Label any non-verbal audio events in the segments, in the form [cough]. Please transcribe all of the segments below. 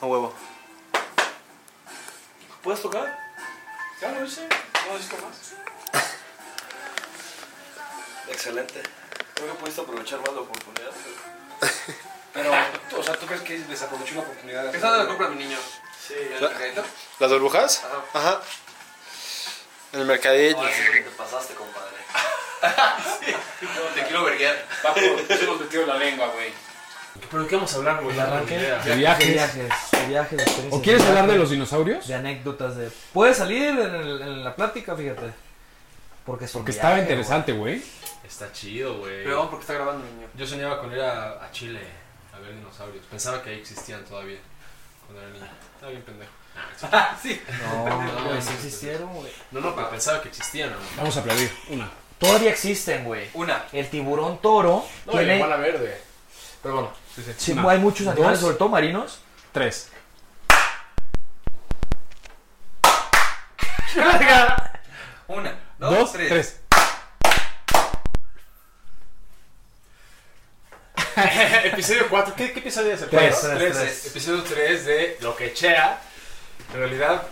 A huevo. ¿Puedes tocar? Ya lo hice, no necesito más. Excelente. Creo que pudiste aprovechar más la oportunidad. pero- [laughs] Pero, o sea, ¿tú crees que desaproveché una oportunidad? de Pensando en hacer- la compra de mi niño. Sí, El ya. mercadito. ¿Las burbujas? Ajá. Ajá. En el mercadillo. Ahora sí que te pasaste, compadre. Te quiero verguear. Paco, se nos metió la lengua, güey. ¿Pero qué vamos a hablar, güey? De viajes. De viajes, de viajes, de experiencias ¿O quieres de hablar de viajes, los dinosaurios? De anécdotas, de... Puede salir en, el- en la plática, fíjate. Porque es un Porque viaje, estaba interesante, güey. Está chido, güey. Pero vamos porque está grabando mi niño. Yo soñaba con ir a, a Chile a ver dinosaurios. Pensaba que ahí existían todavía cuando era niño. Estaba bien pendejo. güey. No, güey, sí existieron, güey. No, no, pero pensaba que existían. ¿no? Vamos a aplaudir. Una. Todavía existen, güey. Una. El tiburón toro No, tiene... igual a verde. Pero bueno, sí, sí. Sí, Una, hay muchos animales, dos. sobre todo marinos. Tres. Una. Dos, tres. [laughs] episodio 4. ¿Qué, qué episodio es el Tres, cuatro? tres, Tres, tres. Episodio 3 de Lo que Chea. En realidad,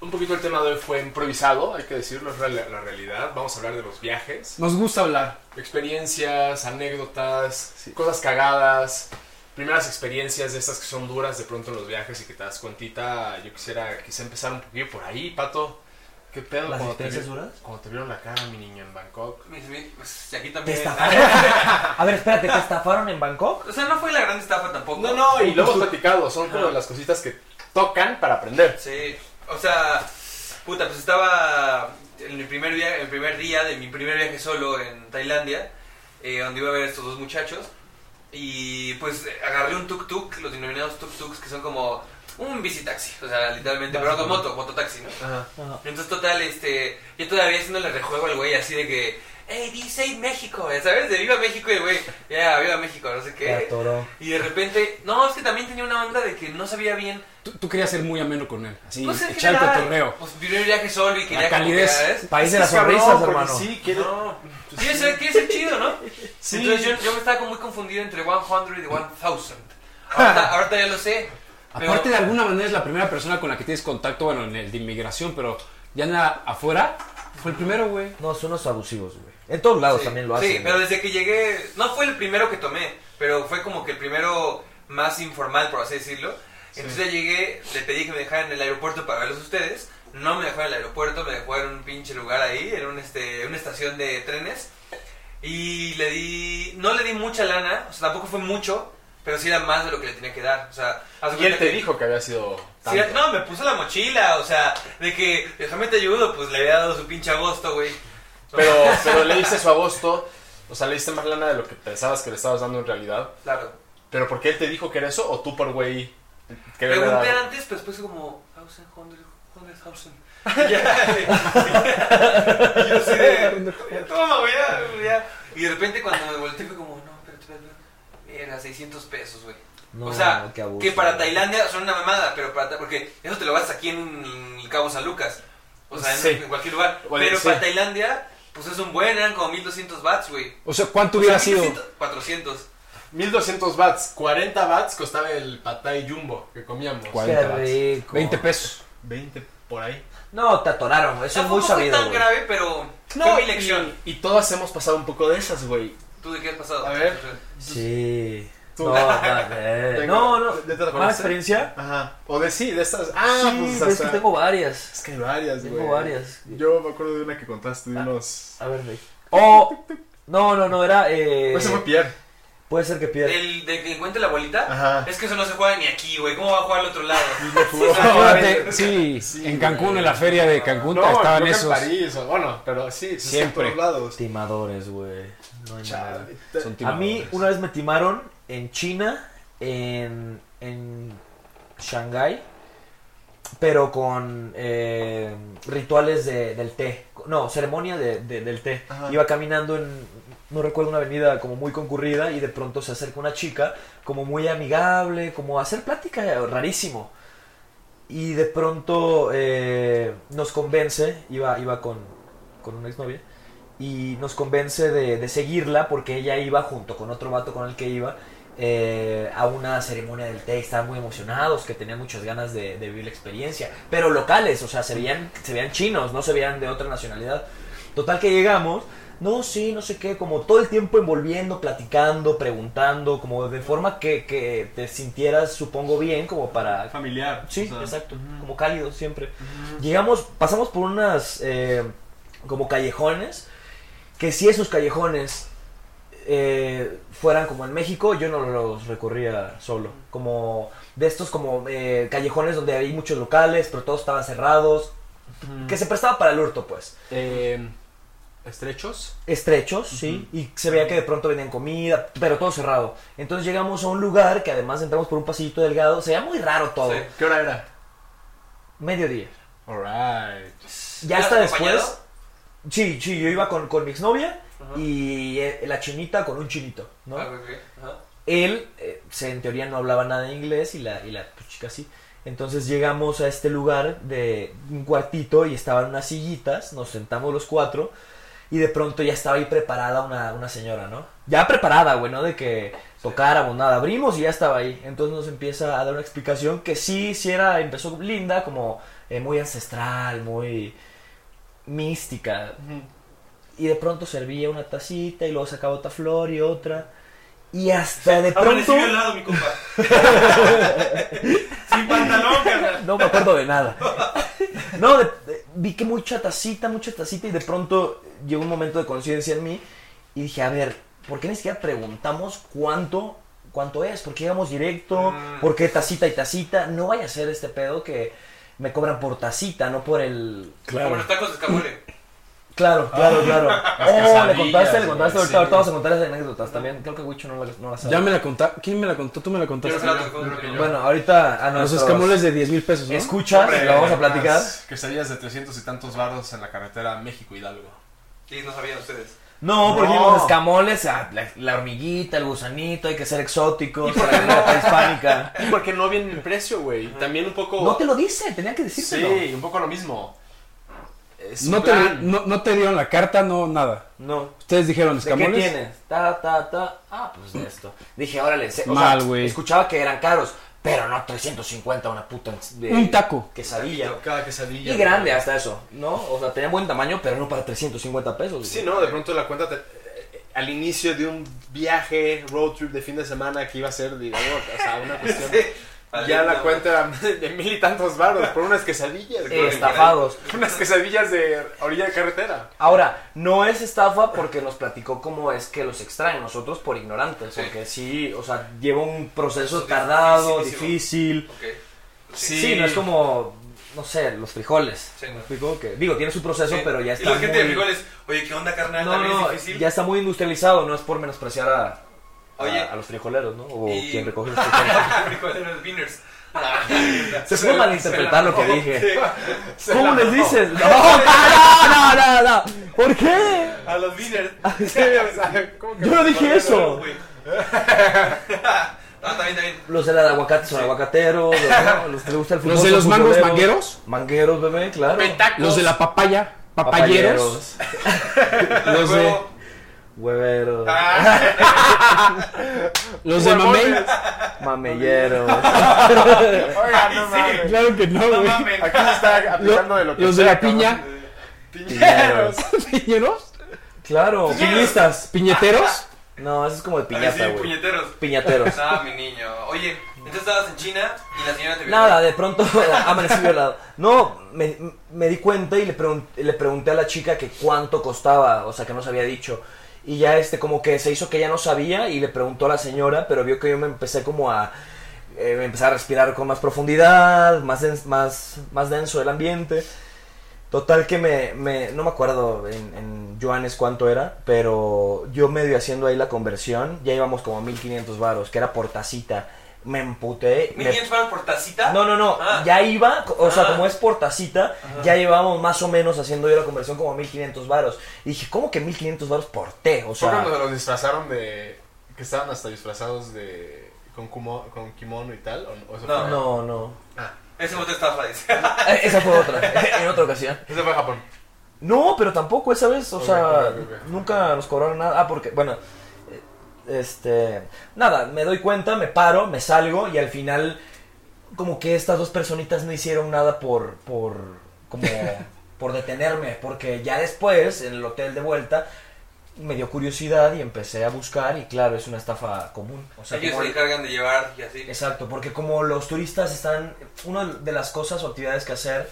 un poquito el tema de hoy fue improvisado, hay que decirlo, es la, la realidad. Vamos a hablar de los viajes. Nos gusta hablar. Experiencias, anécdotas, cosas cagadas. Primeras experiencias de estas que son duras de pronto en los viajes y que te das cuentita. Yo quisiera quizá empezar un poquito por ahí, Pato. ¿Qué pedo Las cuando te, experiencias vi- duras. cuando te vieron la cara, mi niño, en Bangkok? Mis- mis- pues, aquí Te también. estafaron. Eh, [laughs] A ver, espérate, ¿te estafaron en Bangkok? O sea, no fue la gran estafa tampoco. No, no, y lo hemos platicado, son como las cositas que tocan para aprender. Sí. O sea, puta, pues estaba en el primer día, el primer día de mi primer viaje solo en Tailandia, eh, donde iba a ver a estos dos muchachos. Y pues eh, agarré un tuk-tuk, los denominados tuk-tuks, que son como un bicitaxi, o sea, literalmente, pero con moto, mototaxi, ¿no? Entonces, total, este, yo todavía haciéndole rejuego al güey, así de que, hey, dice México, ya sabes, de viva México, y el güey, ya, viva México, no sé Te qué. atoró. Y de repente, no, es que también tenía una onda de que no sabía bien Tú, tú querías ser muy ameno con él. Así, pues en echar el general, cotorreo. Pues primer viaje solo y quería La calidez. como País de Es las que cabrón, sonrisas, porque hermano. Sí, que, quiere- ¿verdad? No. pues Quiere ser, quiere ser chido, ¿no? Entonces yo, yo me estaba como muy confundido entre 100 y 1000. Ahorita, ahorita ya lo sé. pero- Aparte, de alguna manera es la primera persona con la que tienes contacto, bueno, en el de inmigración, pero ya anda afuera. Fue el primero, güey. No, son unos abusivos, güey. En todos lados Sí, también lo sí, hacen. pero güey. desde que llegué, no fue el primero que tomé, pero fue como que el primero más informal, por así decirlo. Entonces ya llegué, le pedí que me dejaran en el aeropuerto para verlos a ustedes. No me dejaron en el aeropuerto, me dejaron en un pinche lugar ahí, en un, este, una estación de trenes. Y le di, no le di mucha lana, o sea, tampoco fue mucho, pero sí era más de lo que le tenía que dar. O sea, haz de Y él cuenta te que- dijo que había sido Sí, tanto. no, me puso la mochila, o sea, de que déjame te ayudo, pues le había dado su pinche agosto, güey. Pero, pero le diste su agosto, o sea, le diste más lana de lo que pensabas que le estabas dando en realidad. Claro. Pero porque él te dijo que era eso, o tú por güey. Que era Pregunté verdad? antes, pero después como, Thousand, Hundred, Hundred [laughs] Thousand. [laughs] Y yo así de, toma, güey, ya, ya. Y de repente cuando me volteé fue como, no, pero espérate, espérate. Era 600 pesos, güey. No, o sea, qué abuso, que para güey. Tailandia son una mamada, pero para Ta- porque eso te lo vas aquí en el Cabo San Lucas. O sea, en, Sí. en cualquier lugar. Oye, pero sí. para Tailandia, pues es un buen, eran como 1200 bahts, güey. O sea, ¿cuánto hubiera O sea, sido? 1200, 400. 1200 bahts, 40 bahts costaba el patay jumbo que comíamos. Cuarenta. Qué 40 rico. 20 pesos. 20 por ahí. No, te atoraron, güey. Eso es Tampoco muy sabido, fue tan güey. grave, pero fue mi elección. Y, y todas hemos pasado un poco de esas, güey. ¿Tú de qué has pasado? A ver. Sí. Tú. No, [laughs] no, eh, no, no. ¿Ya te acordaste? ¿Mala experiencia? Ajá. O de sí, de estas. Ah, sí, pues pero es hasta- que tengo varias. Es que hay varias, güey. Tengo varias. Ah. Yo me acuerdo de una que contaste de unos. A ver, güey. Oh. O... [laughs] No, no, no, era... Eh, Ese fue [laughs] Pierre. puede ser que pierda. ¿Del de que encuentre la bolita? Ajá. Es que eso no se juega ni aquí, güey. ¿Cómo va a jugar al otro lado? Acuérdate, sí, en Cancún, en la feria de Cancún, creo estaban que esos. en París, o- bueno, pero sí, sí, sí, en Siempre. todos lados. Timadores, güey. No hay nada. Chale. Son A mí timadores. una vez me timaron en China, en, en Shanghái, pero con eh, rituales de- del té. No, ceremonia de- de- del té. Ajá. Iba caminando en, no recuerdo, una avenida como muy concurrida y de pronto se acerca una chica como muy amigable, como a hacer plática, eh, rarísimo. Y de pronto eh, nos convence, iba, iba con, con una exnovia, y nos convence de, de seguirla porque ella iba junto con otro vato con el que iba eh, a una ceremonia del té y estaban muy emocionados, que tenían muchas ganas de, de vivir la experiencia. Pero locales, o sea, se veían, se veían chinos, no se veían de otra nacionalidad. Total que llegamos, no, sí, no sé qué, como todo el tiempo envolviendo, platicando, preguntando, como de forma que, que te sintieras, supongo, bien, como para... Familiar. Sí, o sea. exacto, como cálido siempre. Llegamos, pasamos por unas eh, como callejones, que si esos callejones eh, fueran como en México, yo no los recorría solo. Como de estos como eh, callejones donde hay muchos locales, pero todos estaban cerrados, Mm. que se prestaba para el hurto, pues. Eh, ¿Estrechos? Estrechos, sí, y se veía que de pronto venían comida, pero todo cerrado. Entonces llegamos a un lugar que además entramos por un pasillito delgado, se veía muy raro todo. Sí. ¿Qué hora era? Mediodía. Alright. Ya ¿Ibas hasta acompañado? después. Sí, sí, yo iba con, con mi exnovia y eh, la chinita con un chinito, ¿no? Ah, ok, ajá. Él, eh, se, en teoría, no hablaba nada de inglés y la, y la pues, chica sí. Entonces llegamos a este lugar de un cuartito y estaban unas sillitas, nos sentamos los cuatro y de pronto ya estaba ahí preparada una, una señora, ¿no? Ya preparada, güey, ¿no? De que tocáramos, nada, abrimos y ya estaba ahí. Entonces nos empieza a dar una explicación que sí, sí era, empezó linda, como eh, muy ancestral, muy mística. Y de pronto servía una tacita y luego sacaba otra flor y otra. Y hasta ah, de Amanecí pronto... violado, mi compa. [laughs] Sin pantalón, carnal. No me acuerdo de nada. [laughs] No, de- de- vi que mucha tacita, mucha tacita y de pronto llegó un momento de conciencia en mí y dije, a ver, ¿por qué ni siquiera preguntamos cuánto, cuánto es? ¿Por qué íbamos directo? ¿Por qué tacita y tacita? No vaya a ser este pedo que me cobran por tacita, no por el... Como los Ah, tacos de escamole. Claro, claro, claro. Oh, le quesadillas, contaste, le contaste, güey, ahorita, sí. ahorita vamos a contar las anécdotas también. Creo que Wicho no, la- no las sabe. Ya me la contaste. ¿Quién me la contó? Tú me la Yo contaste. no sé la tacos, pero- Bueno, ahorita a Los nuestros escamoles de 10 mil pesos, ¿no? escuchas, Hombre, la vamos a unas platicar. Quesadillas de 300 y tantos barros en la carretera México-Hidalgo. Sí, no sabían ustedes. No, porque No. los escamoles, ah, la, la hormiguita, el gusanito, hay que ser exóticos para la dieta [laughs] hispánica. Y porque no viene el precio, güey. También un poco... No te lo dice, tenía que Sí, decírtelo. un poco lo mismo. Es No un te, plan. no, no te dieron la carta, no nada. No. Ustedes dijeron ¿De qué escamoles. tienes? Ta, ta, ta. Ah, pues de esto. Dije, órale, se- o Mal, sea, güey. escuchaba que eran caros, pero no 350 una puta ens- de- Un taco. quesadilla. Cada quesadilla. Y güey. grande hasta eso, ¿no? O sea, tenía buen tamaño, pero no para 350 pesos. Sí, güey. no, de pronto la cuenta te- eh, al inicio de un viaje, road trip de fin de semana que iba a ser, digamos, o sea, una cuestión. ya la cuenta era de mil y tantos baros por unas quesadillas, Eh, güey. Estafados. Unas quesadillas de orilla de carretera. Ahora, no es estafa porque nos platicó cómo es que los extraen nosotros por ignorantes, Sí. porque sí, o sea, lleva un proceso Eso es tardado, dificilísimo. difícil. Ok. Sí. no es como, no sé, los frijoles. Sí, no. ¿Me explico? Que- digo, tiene su proceso, Sí. pero ya Y está la gente de muy- frijoles, oye, ¿qué onda, carnal? No, También no, es difícil. ya está muy industrializado, no es por menospreciar a, a- Oye. a los frijoleros, ¿no? O Y- quien recoge los frijoles. [laughs] frijoles, [laughs] los beaners. Se puede malinterpretar lo que [laughs] dije. Se ¿Cómo la- les dices? No, no, no, no, no. ¿Por qué? Ah, A [laughs] los beaners. Sí, o sea, ¿cómo que- Yo no dije eso. Güey. [laughs] No, también, también. Los de la de aguacate son aguacateros, los, ¿no? los que les gusta el fútbol. Los de son los mangos futboleros. mangueros. Mangueros, bebé, claro. Pentacos. Los de la papaya. Papayeros. Los de, Luego, Hueveros. Ah. [laughs] los de mamey. Mamelleros. [laughs] Oiga, no mames. Claro que no, güey. Aquí se está aplicando de lo que Los de la sea, cabrón. piña. Piñeros. ¿Piñeros? claro. Piñistas. ¿Piñeteros? No, eso es como de a ver si piñata, güey. puñeteros. Piñateros. Ah, mi niño. Oye, entonces estabas en China y la señora te vio. Nada, de pronto [laughs] amanecí violado. No, me, me di cuenta y le, pregun- le pregunté a la chica que cuánto costaba, o sea, que no se había dicho. Y ya este, como que se hizo que ella no sabía y le preguntó a la señora, pero vio que yo me empecé como a... eh, me empecé a respirar con más profundidad, más, dens- más, más denso el ambiente. Total que me, me- no me acuerdo en, en yuanes cuánto era, pero yo medio haciendo ahí la conversión, ya íbamos como a 1500 varos, que era por tacita. Me emputé. me- 1500 varos por tacita. no, no, no. Ah. Ya iba, o sea, Ah. como es por tacita, ya llevábamos más o menos haciendo yo la conversión como 1500 varos. Y dije, ¿cómo que 1500 varos por té? O Fue sea, cuando los disfrazaron de. que estaban hasta disfrazados de. con, kumo- con kimono y tal. ¿o, o eso No. fue- no, no. [laughs] Ese no te estafa, dice. Eh, Esa fue otra, en otra ocasión. Eso fue Japón. No, pero tampoco esa vez, o Ok, sea, ok, ok. nunca nos cobraron nada. Ah, porque, bueno, eh, este, nada, me doy cuenta, me paro, me salgo y al final como que estas dos personitas no hicieron nada por, por, [laughs] como, por detenerme, porque ya después, en el hotel de vuelta, me dio curiosidad y empecé a buscar y claro, es una estafa común. O sea, [laughs] Ellos como- se encargan de llevar y así. Exacto, porque como los turistas están, una de las cosas o actividades que hacer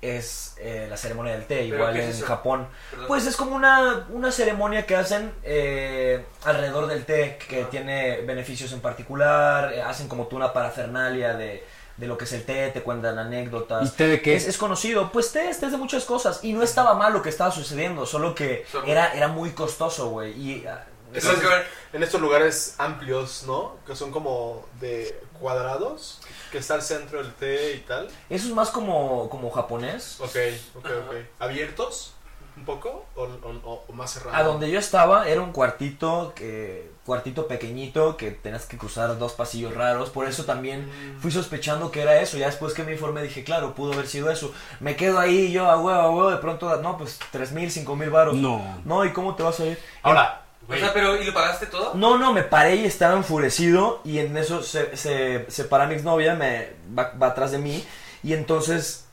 es eh, la ceremonia del té, ¿Pero igual qué es en eso? Japón. Perdón. Pues es como una, una ceremonia que hacen eh, alrededor del té, que tiene beneficios en particular, eh, hacen como tú una parafernalia de, de lo que es el té, te cuentan anécdotas. ¿Y té de qué? Es, es conocido, pues té, es té de muchas cosas, y no estaba mal lo que estaba sucediendo, solo que Solo- era, era muy costoso, güey, y... ah, Eso es que ver. En estos lugares amplios, ¿no? Que son como de cuadrados, que está al centro el té y tal. Eso es más como, como japonés. Ok, ok, ok. ¿Abiertos? ¿Un poco? ¿O, o- o- o más cerrados? A donde yo estaba era un cuartito, que, cuartito pequeñito que tenías que cruzar dos pasillos raros. Por eso también fui sospechando que era eso. Ya después que me informé dije, claro, pudo haber sido eso. Me quedo ahí yo a huevo, a huevo. De pronto, no, pues tres mil, cinco mil varos. No. No, ¿y cómo te vas a ir? Ahora, O güey, sea, pero ¿y lo pagaste todo? No, no, me paré y estaba enfurecido y en eso se, se, se para mi exnovia, me, va, va atrás de mí y entonces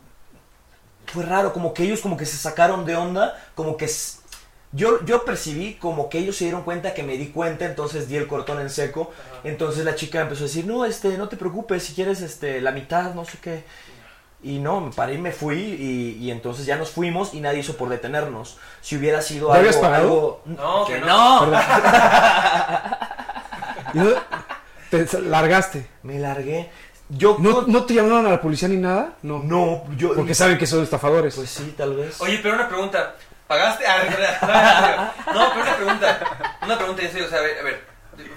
fue raro, como que ellos como que se sacaron de onda, como que s- yo, yo percibí como que ellos se dieron cuenta que me di cuenta, entonces di el cortón en seco, entonces la chica empezó a decir, no, este, no te preocupes, si quieres este, la mitad, no sé qué. Y no, me paré y me fui y, y entonces ya nos fuimos y nadie hizo por detenernos. Si hubiera sido ¿Ya habías algo... pagado? algo- No, que que no. no. Y no- te largaste. Me largué. Yo ¿No, con- ¿No te llamaron a la policía ni nada? No. no, yo Porque saben que son estafadores. pues sí, tal vez. Oye, pero una pregunta. ¿Pagaste? Ah, no, no, no, no, pero una pregunta. Una pregunta en serio, o sea, a ver, a ver.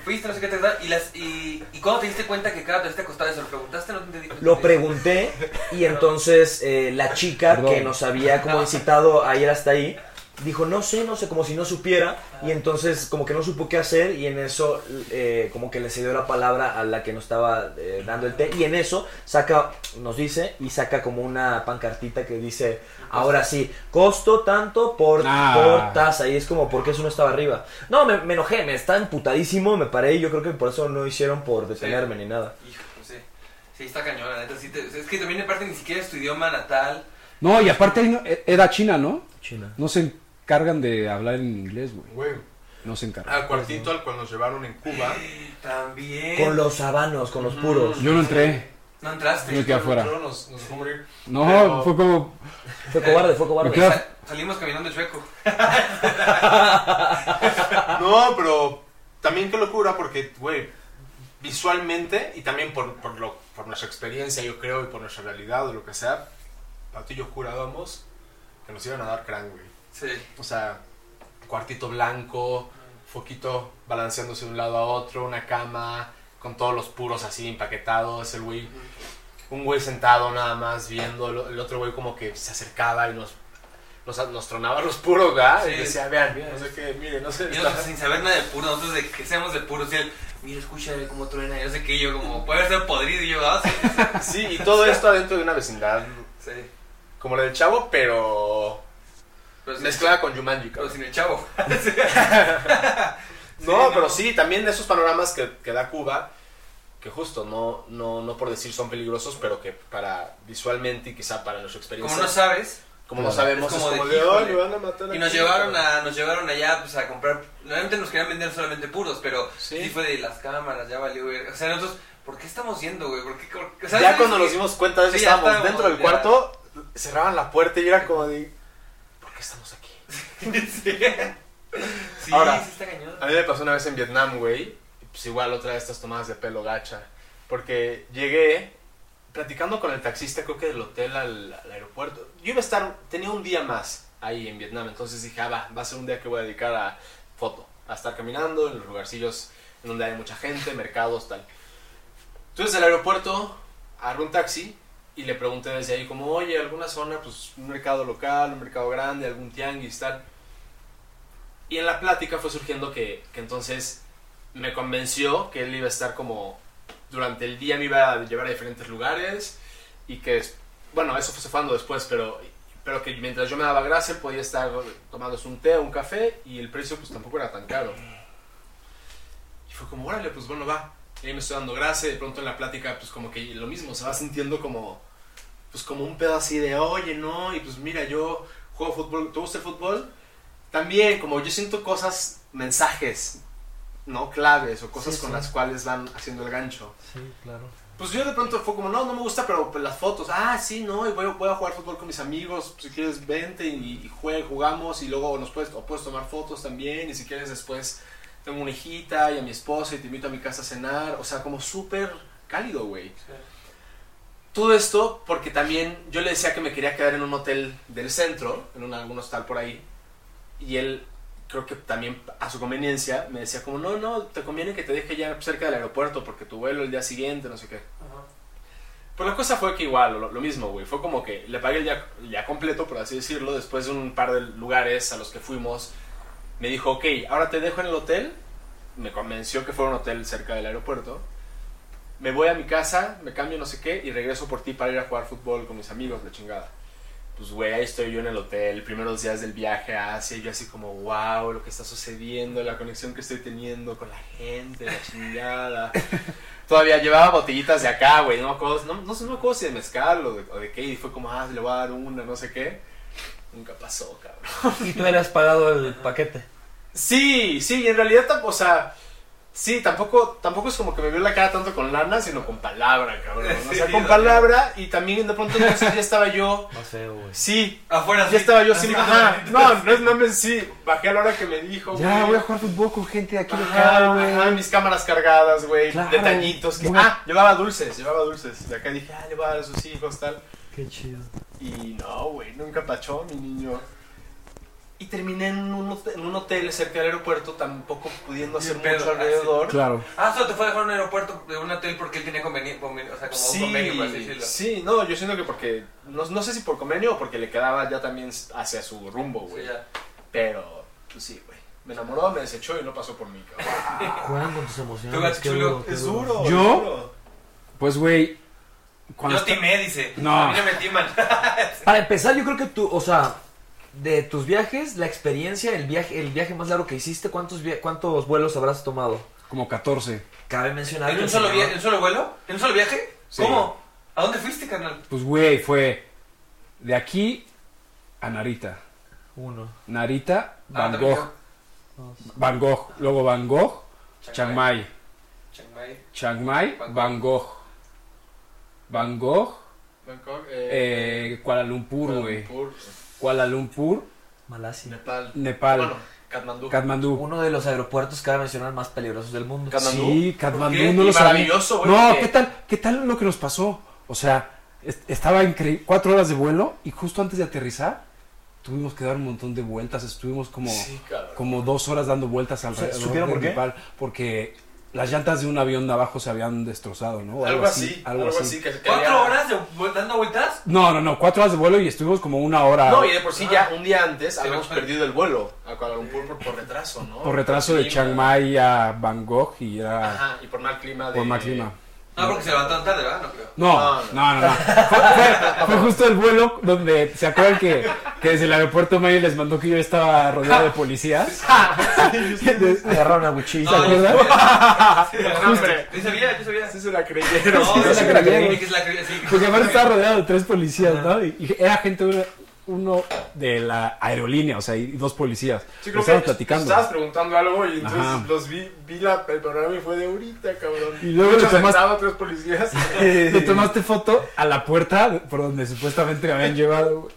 Fuiste, no sé qué te da, y las y, y cuando te diste cuenta que cada tarjeta costaba eso, lo preguntaste, no te entendí. Lo pregunté y entonces eh, la chica Perdón. que nos había como incitado a ir hasta ahí dijo no sé, no sé, como si no supiera y entonces como que no supo qué hacer y en eso eh, como que le cedió la palabra a la que nos estaba eh, dando el té y en eso saca, nos dice y saca como una pancartita que dice ahora sí, costo tanto por, Ah. por taza y es como porque eso no estaba arriba. No, me, me enojé, me estaba emputadísimo, me paré y yo creo que por eso no hicieron por detenerme ni nada. Hijo, no sé. Sí, está cañón, la neta. Sí te- es que también, aparte, ni siquiera es tu idioma natal. No, y aparte ahí no- e, era China, ¿no? China. No se encargan de hablar en inglés, güey. Güey, No se encargan. al cuartito al cual nos llevaron en Cuba. También. Con los habanos, con los puros. Yo no entré. No entraste. Yo me quedé afuera. Pero Nos, nos dejó morir. No, Pero- fue como... Fue cobarde, fue cobarde. Me quedo- Sa- salimos caminando chueco. No, pero también qué locura porque, güey, visualmente y también por, por, lo, por nuestra experiencia, yo creo, y por nuestra realidad o lo que sea, Pato y yo jurábamos que nos iban a dar crán, güey. Sí. O sea, cuartito blanco, foquito balanceándose de un lado a otro, una cama con todos los puros así empaquetados, el güey, un güey sentado nada más viendo, el- el otro güey como que se acercaba y nos... Nos, nos tronaba los puros, ¿verdad? Y Sí. decía, vean, no sé qué, miren, no sé. Y está- nosotros sin saber nada de puro, nosotros de que seamos de puro, si él, mira, escucha cómo truena, yo sé que yo como puede ser podrido y yo, ah, sí, Sí, y todo esto adentro de una vecindad sí. como la del chavo, pero Pero sin, mezclada con Jumanji. pero cabrón. sin [laughs] el chavo. [laughs] no, pero sí, también de esos panoramas que, que da Cuba, que justo, no, no, no por decir son peligrosos, pero que para visualmente y quizá para nuestra Como experiencia, no sabes, como no sabemos, es es como como, de, de, "Ay, híjole". me van a matar y aquí, nos llevaron cabrón". a, nos llevaron allá pues a comprar, realmente nos querían vender solamente puros, pero sí, Sí. fue de las cámaras, ya valió ver. O sea, nosotros, ¿por qué estamos yendo, güey? ¿Por qué? por qué? O sea, Ya ¿sabes cuando qué? nos dimos cuenta de eso, Sí, ya estábamos, estábamos, dentro del ya. cuarto, cerraban la puerta y era como de, ¿por qué estamos aquí? [laughs] sí, sí, Ahora. sí está cañón. A mí me pasó una vez en Vietnam, güey. y Pues igual otra de estas tomadas de pelo gacha. Porque llegué platicando con el taxista, creo que del hotel al, al aeropuerto. Yo iba a estar, tenía un día más ahí en Vietnam. Entonces dije, ah, va, va a ser un día que voy a dedicar a foto. A estar caminando en los lugarcillos en donde hay mucha gente, mercados, tal. Entonces del aeropuerto agarré un taxi y le pregunté desde ahí como, oye, alguna zona, pues un mercado local, un mercado grande, algún tianguis, tal. Y en la plática fue surgiendo que, que entonces me convenció que él iba a estar como durante el día me iba a llevar a diferentes lugares y que, es- bueno, eso fue se fue dando después, pero, pero que mientras yo me daba grasa él podía estar tomándose un té o un café y el precio pues tampoco era tan caro. Y Y fue como, órale, pues bueno, va. Y ahí me estoy dando gracia. y De pronto en la plática, pues como que lo mismo, se va sintiendo como, pues como un pedo así de, oye, no, y pues mira, yo juego fútbol. ¿Te gusta el fútbol? También, como yo siento cosas, mensajes, ¿no? Claves o cosas Sí, con sí. las cuales van haciendo el gancho. Sí, claro. Pues yo de pronto fue como, no, no me gusta, pero pues, las fotos, ah, sí, no, y voy, voy a jugar fútbol con mis amigos, pues, si quieres vente y, y jue- jugamos y luego nos puedes, o puedes tomar fotos también, y si quieres después tengo una hijita y a mi esposa y te invito a mi casa a cenar, o sea, como súper cálido, güey. Todo esto porque también yo le decía que me quería quedar en un hotel del centro, en un, algún hostal por ahí, y él creo que también a su conveniencia me decía como, no, no, te conviene que te deje ya cerca del aeropuerto porque tu vuelo el día siguiente, no sé qué. Pues la cosa fue que igual, lo, lo mismo, güey. Fue como que le pagué el ya, el ya completo, por así decirlo, después de un par de lugares a los que fuimos. Me dijo, ok, ahora te dejo en el hotel. Me convenció que fuera un hotel cerca del aeropuerto. Me voy a mi casa, me cambio no sé qué y regreso por ti para ir a jugar fútbol con mis amigos, la chingada. Pues, güey, ahí estoy yo en el hotel, primeros días del viaje a Asia, y yo así como, wow, lo que está sucediendo, la conexión que estoy teniendo con la gente, la chingada. Todavía llevaba botellitas de acá, güey. No, me acuerdo- no, no, sé, no me acuerdo si de mezcal o de, o de qué. Y fue como, ah, le voy a dar una, no sé qué. Nunca pasó, cabrón. Y tú le has pagado el paquete. Sí, sí, y en realidad, tam- o sea, sí, tampoco, tampoco es como que me vio la cara tanto con lana, sino con palabra, cabrón. O sea, Sí, con no, palabra y también de pronto entonces ya estaba yo. Más feo, güey. Sí, Afuera ya estaba yo así. sin Ajá, no, no es mames, sí. Bajé a la hora que me dijo. güey. jugar fútbol con gente de aquí Ajá, ajá, mis cámaras cargadas, güey, Claro. detallitos. Que, Muy- ah, llevaba dulces, llevaba dulces. De acá dije, ah, le voy a dar a sus hijos, tal. Qué chido. Y no, güey, nunca pachó mi niño. Y terminé en un, hot- en un hotel cerca del aeropuerto, tampoco pudiendo hacer Bien pedo, mucho alrededor. Claro. Ah, solo te fue a dejar a un aeropuerto, de un hotel porque él tenía convenio, convenio- o sea, como un convenio, por así Sí, decirlo. sí, no, yo siento que porque, no, no sé si por convenio o porque le quedaba ya también hacia su rumbo, Sí, güey. ya. Pero, pues sí, güey. Me enamoró, me desechó y no pasó por mí, cabrón. Juegan con tus emociones. Tú, qué chulo, qué Es duro. ¿Yo? es duro. Pues, güey. cuando Yo está- timé, dice. No. A mí no me [laughs] timan. Para empezar, yo creo que tú, o sea, de tus viajes, la experiencia, el viaje, el viaje más largo que hiciste, ¿cuántos, via- cuántos vuelos habrás tomado? Como 14. Cabe mencionar ¿En que un el solo, señor- via- ¿En un solo vuelo? ¿En un solo viaje? Sí. ¿Cómo? ¿A dónde fuiste, carnal? Pues, güey, fue de aquí a Narita. Uno. Narita, Van Ah, Gogh. dos. Van Gogh. Luego Van Gogh, Chiang Mai. Chiang Mai. Chiang Mai, Van Gogh. Van Gogh, Bangkok, eh, eh, Kuala Lumpur, güey. Kuala Lumpur, Malasia. Nepal. Nepal, Bueno, Katmandú. Katmandú. Uno de los aeropuertos, cabe mencionar, más peligrosos del mundo. [laughs] ¿Katmandú? Sí, ¿Por Katmandú, qué? no Y lo sabía. maravilloso, güey, No, porque- ¿qué tal, ¿qué tal lo que nos pasó? O sea, es- estaba increíble, cuatro horas de vuelo y justo antes de aterrizar tuvimos que dar un montón de vueltas, estuvimos como... Sí, cabrón. como dos horas dando vueltas alrededor ¿supieron de por qué? Nepal porque las llantas de un avión de abajo se habían destrozado, ¿no? O Algo así, algo así. que se caía- ¿Cuatro horas de- vu- dando vueltas? No, no, no, cuatro horas de vuelo y estuvimos como una hora No, y de por sí ya un día antes habíamos habíamos perdido el vuelo a Kuala Lumpur por, por retraso, ¿no? por retraso de clima. Chiang Mai a Bangkok y era Ajá, y por mal clima de... por mal clima. No, porque se levantaron tarde, ¿verdad? No [laughs] creo. No, No, no, no, no. Fue, fue- fue justo el vuelo donde, ¿se acuerdan que, que desde el aeropuerto Mary les mandó que yo estaba rodeado de policías? Agarraron a Wichita. No, yo acuerdas? sabía. Sí, [laughs] No, hombre. Yo sabía, yo sabía. se la creyeron. No, [laughs] yo se la creyeron. dije que es la cre- sí. Porque aparte estaba rodeado de tres policías, ¿no? Y, y era gente, uno, uno de la aerolínea, o sea, y dos policías. Estábamos platicando. Estabas preguntando algo y entonces Ajá. los vi, vi la, el programa y fue de ahorita, cabrón. Y luego Mucho le tomaste- sentado, tres policías. Le tomaste foto a la puerta por donde supuestamente me habían llevado güey.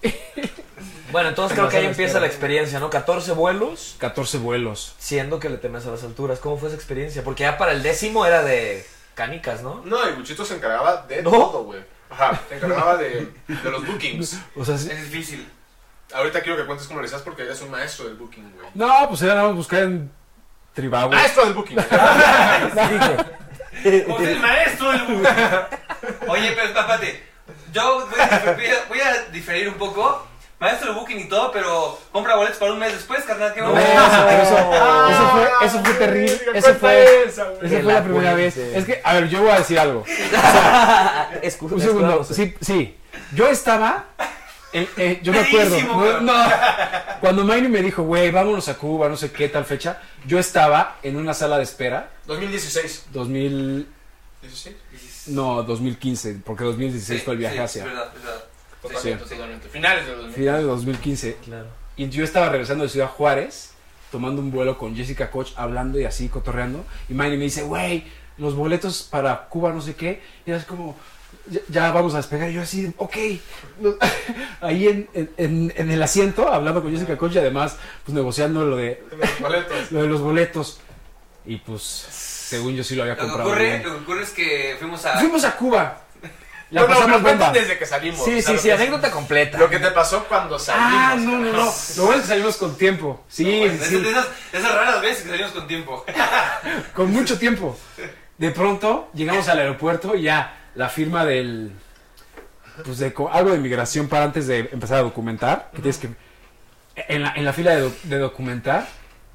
Bueno, entonces creo que ahí empieza la experiencia, ¿no? 14 vuelos, 14 vuelos. siendo que le temes a las alturas. ¿Cómo fue esa experiencia? Porque ya para el décimo era de canicas, ¿no? [laughs] No, y Buchito se encargaba de ¿No? todo, güey. Ajá, se encargaba de, de los [laughs] bookings. O sea, sí. Es difícil. Ahorita quiero que cuentes cómo lo hacías porque eres un maestro del booking, güey. No, pues era nada más buscar en Tribago. Maestro del [laughs] booking. [laughs] Como Pues es el maestro del mundo. Oye, pero espérate. Yo voy a, voy a- voy a diferir un poco. Maestro del booking y todo, pero compra boletos para un mes después, carnal. ¿Qué No, vamos a hacer? pero eso, Ah. eso fue, eso fue terrible. Eso fue, güey. esa Que fue la la primera vez. cuente. Es que, a ver, yo voy a decir algo. Escu- Un segundo, esclavos. sí, sí. Yo estaba el- eh, yo me acuerdo. Pedísimo, No, cabrón. no. Cuando Mayni me dijo, güey, vámonos a Cuba, no sé qué, tal fecha, yo estaba en una sala de espera, 2016. 2000, ¿16? no, 2015, porque 2016 fue el viaje sí, hacia. Es verdad, es verdad. Totalmente, totalmente. Finales de los 2000. Finales de 2015. Claro. Y yo estaba regresando de Ciudad Juárez, tomando un vuelo con Jessica Koch, hablando y así, cotorreando. Y Miley me dice, güey, los boletos para Cuba, no sé qué. Y es como, ya, ya vamos a despegar. Y yo así, ok. No- [laughs] Ahí en, en- en- en el asiento, hablando con Jessica Koch y además, pues negociando lo de, Los boletos. [laughs] lo de los boletos. Y pues, según yo sí lo había Lo que, comprado. ocurre, bien. lo que ocurre es que fuimos a. Fuimos a Cuba. La No, no, pasamos pero bomba. cuentan desde que salimos. Sí, o sea, sí, lo sí, que- anécdota completa. Lo que te pasó cuando salimos. Ah, no, no, no. cabrón. Lo bueno es que salimos con tiempo. Sí, Bueno, sí, es sí. de esas, de esas raras veces que salimos con [laughs] tiempo. con mucho tiempo. De pronto llegamos al aeropuerto y ya la firma del. Pues de co- algo de migración para antes de empezar a documentar. Que tienes que. En la, en la fila de, doc- de documentar.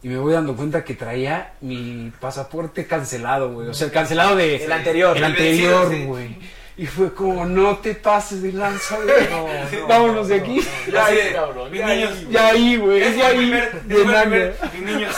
Y me voy dando cuenta que traía mi pasaporte cancelado, güey. O sea, el cancelado de. El anterior. El El vencido, anterior, sí. güey. Y fue como, no te pases de [laughs] lanza, güey. Vámonos de aquí. Ya, Así de, cabrón, mis ya, niños. Ya ahí, güey. Es mi Ya ahí. primer, es mi de nada. primer, mis niños.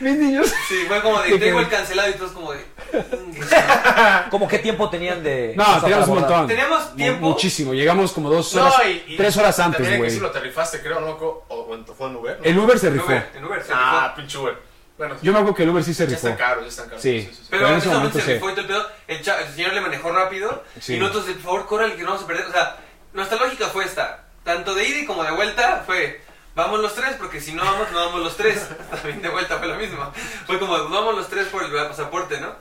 Mis niños. Sí, fue como de, Sí, tengo que- el cancelado y todos como de... "Mm". ¿Cómo qué tiempo tenían de.? o [laughs] No, sea, teníamos para un abordar? montón. Teníamos Mu- tiempo. Muchísimo. Llegamos como dos No, horas, y- y tres horas antes, También que güey. si lo tarifaste, creo, loco. O en, fue en Uber. ¿no? El Uber se En rifó. Uber, en Uber se Ah, rifó. pinche Uber. Bueno, Yo me acuerdo que el Uber sí se ya rifó. están caros, ya están caros. Sí. Pero Pero en en ese ese momento momento se sí. rifó y todo el pedo. El, cha- el señor le manejó rápido. Sí. Y nosotros, de, por favor, corre que no vamos a perder. O sea, nuestra lógica fue esta. Tanto de ida y como de vuelta fue... Vamos los tres, porque si no vamos, no vamos los tres. [laughs] También de vuelta fue lo mismo. Fue como, vamos los tres por el pasaporte, ¿no?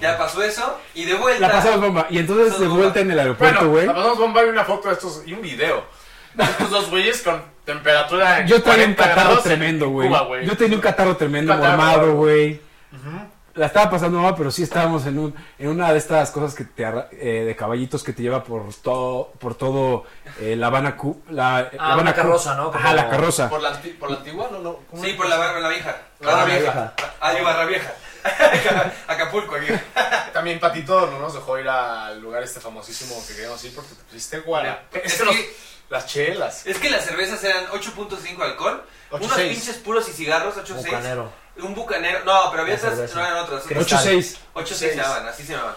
Ya pasó eso, y de vuelta... La pasamos bomba. Y entonces de Pasamos vuelta bomba. en el aeropuerto, Bueno, güey. la pasamos bomba y una foto de estos y un video. De estos dos güeyes con temperatura en Yo traía un 40 catarro grados tremendo, en güey. Cuba, güey. Yo tenía un catarro tremendo, Catarro. mamado, güey. La estaba pasando mal, pero sí estábamos en, un, en una de estas cosas que te arra- eh, de caballitos que te lleva por todo, por todo eh, La Habana, Cu- la, eh, la Ah, Habana una Cu- carroza, ¿no? Ajá, la Como- carroza. Por la, anti- por la antigua, no, no. ¿cómo Sí, era? por la barra la vieja. La Barra Barra Vieja. Ah, yo barra vieja. [laughs] Acapulco, aquí. También Patito no nos dejó ir al lugar este famosísimo que queríamos ir porque te pusiste guara. Es Es que los- que- las chelas. Es que las cervezas eran 8.5 alcohol, 8.6. unos pinches puros y cigarros, 8.6. Bucanero. Un bucanero. No, pero había La esas, cerveza. no eran otras. Cristal. 8-6. 8.6 se llamaban, así se llamaban.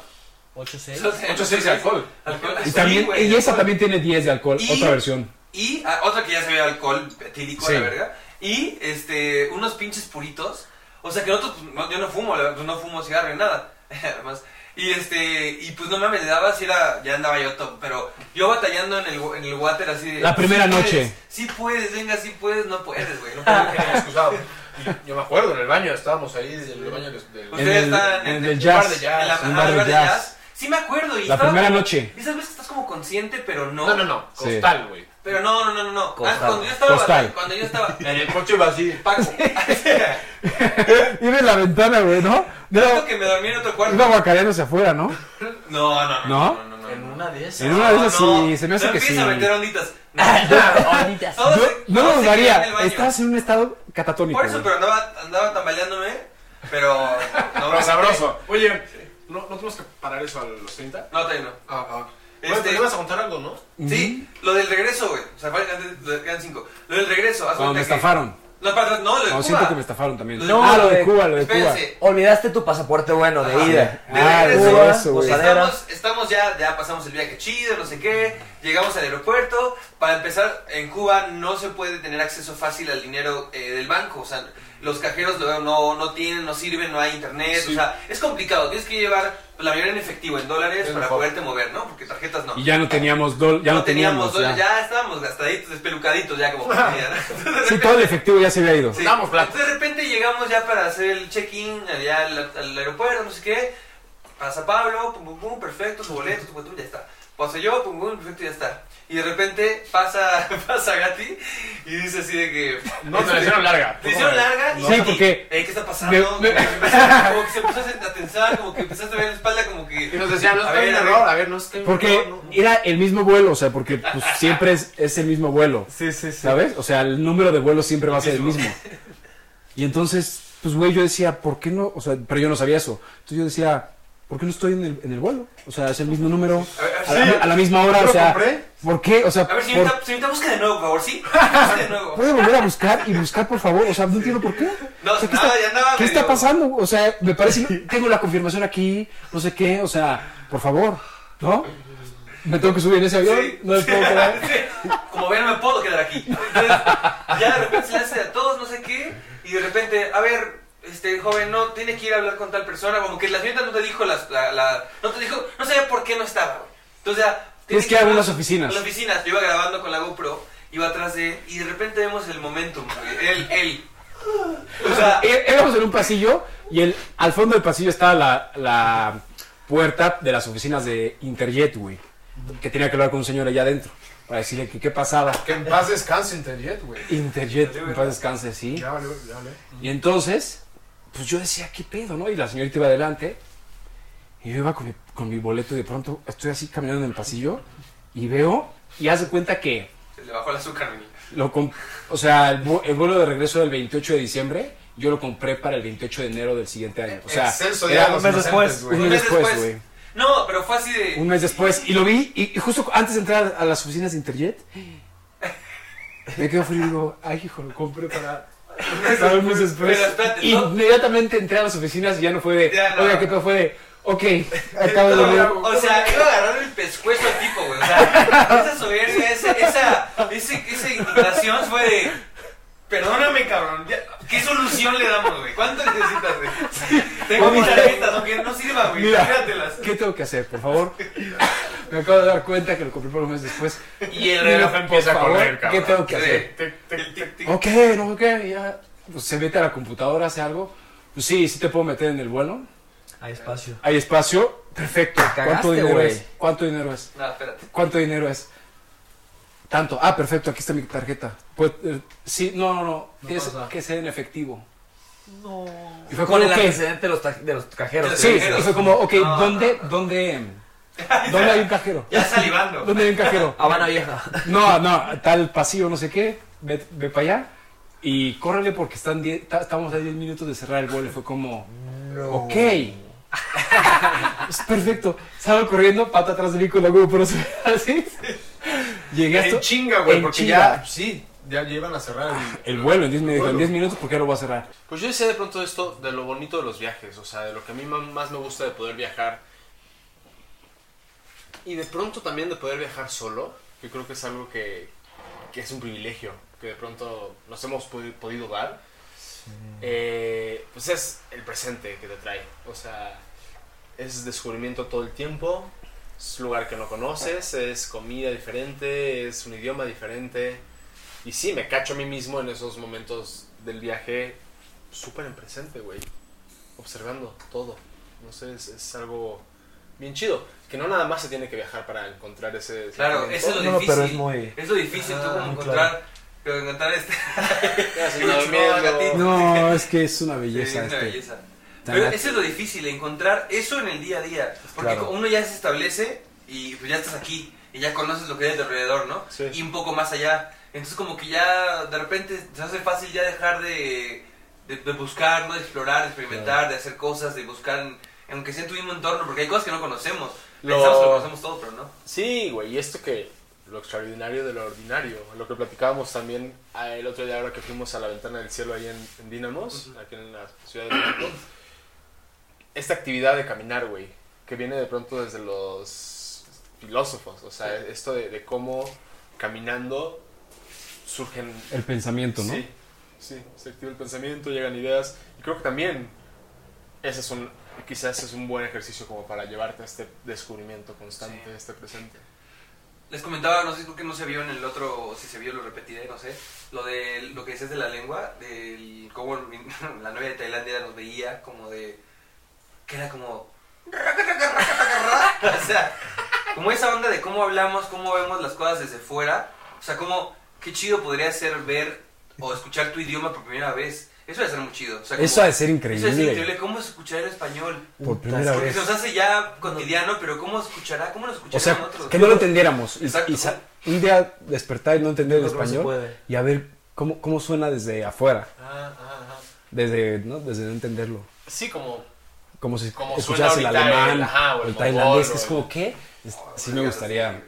8-6. Solo tenían 8.6 de alcohol. alcohol. Y, Sí, también, güey, y esa alcohol. también tiene 10 de alcohol, Y- otra versión. Y ah, otra que ya se veía alcohol etílico a Sí. la verga. Y este, unos pinches puritos. O sea que nosotros, pues, no- yo no fumo, la- pues, no fumo cigarro ni nada. [laughs] Además. Y este, y pues no mames, le daba así era, ya andaba yo top, pero yo batallando en el, wa- en el water así de. La primera "Sí puedes, noche". Sí puedes, venga, sí puedes, no puedes, güey. No Yo puedes. tenía excusado. Y Yo me acuerdo, en el baño estábamos ahí, en el baño del- del. Ustedes [laughs] En el- estaban en en el el jazz. bar de En la jazz. un ah, bar el de bar de jazz. jazz. Sí me acuerdo. Y La estaba primera como- noche. Esas veces estás como consciente, pero no. No, no, no. Sí. Costal, güey. Pero no, no, no, no, no. Ah, Costal. cuando yo estaba, Costal. cuando yo [laughs] estaba, En el coche iba así. Paco. [laughs] Y en la ventana, güey, ¿no? No, Tanto que me dormí en otro cuarto. iba guacareándose afuera, ¿no? No, no, no. ¿No? no, no, no, En no. una de esas. En una de esas No, sí, se me hace no que sí. empieza a meter onditas. [laughs] No. [laughs] Yo Todos se- todos se no lo quedan dudaría, en el baño. estabas en un estado catatónico. Por eso, güey. pero andaba, andaba tambaleándome, pero... No, Pero sabroso. Oye, ¿no, ¿no tenemos que parar eso a los 30? No, todavía no. Ah, ah. Este- Bueno, te ibas a contar algo, ¿no? pues, Sí, lo del regreso, güey. O sea, faltan- antes- lo- quedan cinco. Lo del regreso, haz Cuando me cuenta que- estafaron. No, para, no, lo de No, Cuba. siento que me estafaron también. No, ah, lo lo de de- Cuba, lo de Cuba. Espérense. Olvidaste tu pasaporte bueno de Ajá. ida. De Ah, regreso, güey, eso, güey. Posadera. Estamos, estamos ya, ya pasamos el viaje chido, no sé qué. Llegamos al aeropuerto. Para empezar, en Cuba no se puede tener acceso fácil al dinero eh, del banco. O sea, los cajeros lo- no, no tienen, no sirven, no hay internet. Sí. O sea, es complicado. Tienes que llevar pues, la mayoría en efectivo, en dólares, Es para mejor. poderte mover, ¿no? Porque tarjetas no. Y ya no teníamos dol, ya no, teníamos. dólares, ya. ya. estábamos gastaditos, despelucaditos, ya [laughs] como comida, ¿no? Sí, todo el efectivo ya se había ido. Sí. Damos plata. Entonces, de repente llegamos ya para hacer el check-in allá al, al aeropuerto, no sé qué. Pasa Pablo, pum, pum, pum, perfecto, su boleto, tu boleto, ya está. Paso yo, pum, pum, perfecto, ya está. Y de repente pasa, [laughs] pasa Gati y dice así de que... No, te la hicieron larga. Te hicieron larga y Sí, Gati, porque- "Eh, ¿Qué está pasando? Me- me- Como que se empezó a tensar, como que empezaste a ver la espalda, como Y que... nos decían, no A es que ver, hay un a ver. error, a ver, no es que hay un Porque error, no. era el mismo vuelo, o sea, porque pues, siempre es, es el mismo vuelo. Sí, sí, sí. ¿Sabes? O sea, el número de vuelos siempre va a ser el mismo. Y entonces, pues, güey, yo decía, ¿por qué no? O sea, pero yo no sabía eso. Entonces yo decía, ¿por qué no estoy en el, en el vuelo? O sea, es el mismo número. A ver, a, la, a la misma hora, o sea, ¿por qué? O sea, A ver, por- señorita, señorita, busca de nuevo, por favor, [laughs] ¿sí? Busca de nuevo. puede volver a buscar y buscar, por favor, o sea, no entiendo por qué. No, O sea, ¿qué nada, está- ya andaba ¿Qué está medio- pasando? O sea, me parece, tengo la confirmación aquí, no sé qué, o sea, por favor, ¿no? Me tengo que subir en ese avión, Sí. no me [laughs] puedo quedar. Como vean, no me puedo quedar aquí. Entonces, ya de repente se la hace a todos, no sé qué, y de repente, a ver, este joven, no, tiene que ir a hablar con tal persona, como que la señorita no te dijo, las, la, la- no te dijo, no sabía por qué no estaba, güey. Entonces, ya, tiene Tienes que ir a hablar- las oficinas. A las oficinas, yo iba grabando con la GoPro, iba atrás de él, y de repente vemos el momentum, güey, él, él. O sea, É- Éramos en un pasillo y el, al fondo del pasillo estaba la, la puerta de las oficinas de Interjet, güey, que tenía que hablar con un señor allá adentro para decirle que qué pasaba. Que en paz descanse Interjet, güey. Interjet, en paz descanse, sí. Ya valió, ya valió. Y entonces, pues yo decía, ¿qué pedo, no? Y la señorita iba adelante. Y yo iba con mi, con mi boleto y de pronto estoy así caminando en el pasillo y veo y hace cuenta que, se le bajó el azúcar, güey. lo com- o sea, el, vu- el vuelo de regreso del 28 de diciembre, yo lo compré para el 28 de enero del siguiente año. O sea, Excelso día era de los un mes inocentes, después. güey. un Un mes mes después, después. güey. No, pero fue así de. Un mes después. Y lo vi y, y justo antes de entrar a las oficinas de Interjet, me quedo frío y digo, ay, hijo, lo compré para... para un mes después. Pero espérate, ¿no? Inmediatamente entré a las oficinas y ya no fue de... Ya no. Oiga, ¿qué pedo?" fue de... Ok, acabo de No, ver. o sea, iba a agarrar el pescuezo al tipo, güey. O sea, esa soberbia, esa, esa, ese- esa indignación fue de. Perdóname, cabrón. ya, ¿Qué solución le damos, güey? ¿Cuánto necesitas, güey? Tengo mis tarjetas, aunque no sirva, güey. Mira. Fíjatelas. ¿Qué tengo que hacer, por favor? Me acabo de dar cuenta que lo compré por un mes después. Y el Pero, reloj. por empieza a favor, correr, cabrón. ¿Qué tengo que Sí. hacer? El tic, tic. Ok, no, ok, ya. Pues se mete a la computadora, hace algo. Pues sí, sí te puedo meter en el vuelo. Hay espacio. Hay espacio. Perfecto. ¿Cuánto cagaste, dinero güey. es? ¿Cuánto dinero es? No, espérate. ¿Cuánto dinero es? Tanto. Ah, perfecto, aquí está mi tarjeta. Pues, eh, sí, no, no, no. Tienes que ser en efectivo. No. Y fue Con como, el ok. antecedente de los, ta- de los cajeros. Sí, ¿eh? y fue como, ok, No, ¿dónde, dónde, [laughs] em, dónde hay un cajero? Ya salivando. ¿Dónde hay un cajero? Habana Vieja. No, no, tal pasillo, no sé qué, ve, ve para allá y córrele porque están die- ta- estamos a 10 minutos de cerrar el gol. Fue como, ok. [laughs] es perfecto. Salgo corriendo, pata atrás de mí con la GoPro, [laughs] así. Llegué En hasta chinga, güey, en porque chinga. ya, sí, ya llevan a cerrar el... el vuelo. En 10 me dijo, en 10 minutos, ¿por qué lo voy a cerrar? Pues yo decía de pronto esto de lo bonito de los viajes, o sea, de lo que a mí ma- más me gusta de poder viajar. Y de pronto también de poder viajar solo, que creo que es algo que, que es un privilegio, que de pronto nos hemos podi- podido dar. Eh, pues es el presente que te trae, o sea, es descubrimiento todo el tiempo, es un lugar que no conoces, es comida diferente, es un idioma diferente. Y sí, me cacho a mí mismo en esos momentos del viaje súper en presente, güey. Observando todo. No sé, es, es algo bien chido. Que no nada más se tiene que viajar para encontrar ese... Claro, sentimiento. eso es lo No, no, difícil. pero es muy- Es lo difícil, tú como muy encontrar. Pero encontrar este. Ya [laughs] se Lucho, durmiendo. gatito. No, es que es una Sí, belleza. es una este. belleza. Tan Pero lat- eso es lo difícil, encontrar eso en el día a día. Porque Claro. uno ya se establece y pues ya estás aquí. Y ya conoces lo que hay a tu alrededor, ¿no? Sí. Y un poco más allá. Entonces como que ya de repente se hace fácil ya dejar de, de, de buscar, ¿no? De explorar, de experimentar, de hacer cosas, de buscar, en- aunque sea en tu mismo entorno, porque hay cosas que no conocemos. Lo- Pensamos que lo conocemos todo, pero no. Sí, güey, y esto que lo extraordinario de lo ordinario, lo que platicábamos también ah, el otro día ahora que fuimos a la ventana del cielo ahí en, en Dínamos, aquí en la ciudad de México. Esta actividad de caminar, güey, que viene de pronto desde los filósofos, o sea, esto de, de cómo caminando surgen... El pensamiento, ¿no? Sí, sí, se activa el pensamiento, llegan ideas, y creo que también ese es un... Quizás es un buen ejercicio como para llevarte a este descubrimiento constante, Sí. este presente. Les comentaba, no sé, creo que no se vio en el otro, o si se vio lo repetiré, no sé, lo de lo que dices de la lengua, del cómo [laughs] mi- la novia de Tailandia nos veía como de, que era como, [laughs] o sea, como esa onda de cómo hablamos, cómo vemos las cosas desde fuera, o sea, como, qué chido podría ser ver o escuchar tu idioma por primera vez, eso debe ser muy chido, o sea, como- Eso ha de ser eso es increíble. increíble, cómo es escuchar el español, Por primera porque vez. se nos hace ya cotidiano, pero cómo escuchará, cómo lo escuchará O sea, nosotros. que no lo entendiéramos. Y, Exacto. y sa- un día despertar y no entender el Creo que no se español puede. y a ver cómo, cómo suena desde afuera, Ah, ah, ah. desde no, desde no entenderlo. Sí, como Como si Como suena escucharas el ahorita alemán el- ajá, o o el el tailandés, mongol, que es o como, ¿qué? Es- Sí me gustaría.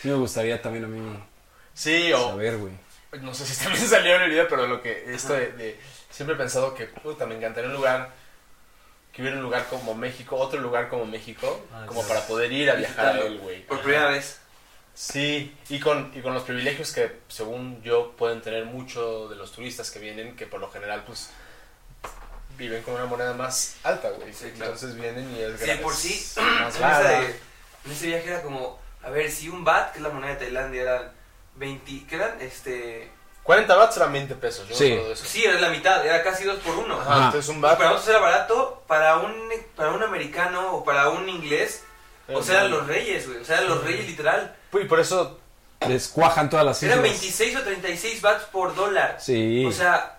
Sí me gustaría también a mí Sí, o saber, güey. no sé si [laughs] también salió en el video, pero lo que esto de, de- siempre he pensado que puta, me encantaría un lugar que hubiera un lugar como México, otro lugar como México, Ah, como claro. para poder ir a viajar a Visitarlo. él, güey. Por Ajá. primera vez. Sí, y con, y con los privilegios que, según yo, pueden tener muchos de los turistas que vienen, que por lo general, pues, viven con una moneda más alta, güey. Sí, claro. Entonces vienen y es Sí, gratis, por sí, más En, barata. esa de- en ese viaje era como, a ver, si un bat, que es la moneda de Tailandia, eran 20, ¿qué eran? Este, 40 bahts eran 20 pesos, yo Sí. me acuerdo de eso. sí, era la mitad, era casi dos por uno. Ajá, Ajá. entonces un Pues bat... para nosotros era barato, para un, para un americano o para un inglés, o sea, eran los reyes, güey, o sea, eran los reyes literal. Uy, por eso... Les cuajan todas las Eran islas. 26 o 36 bats por dólar. Sí. O sea,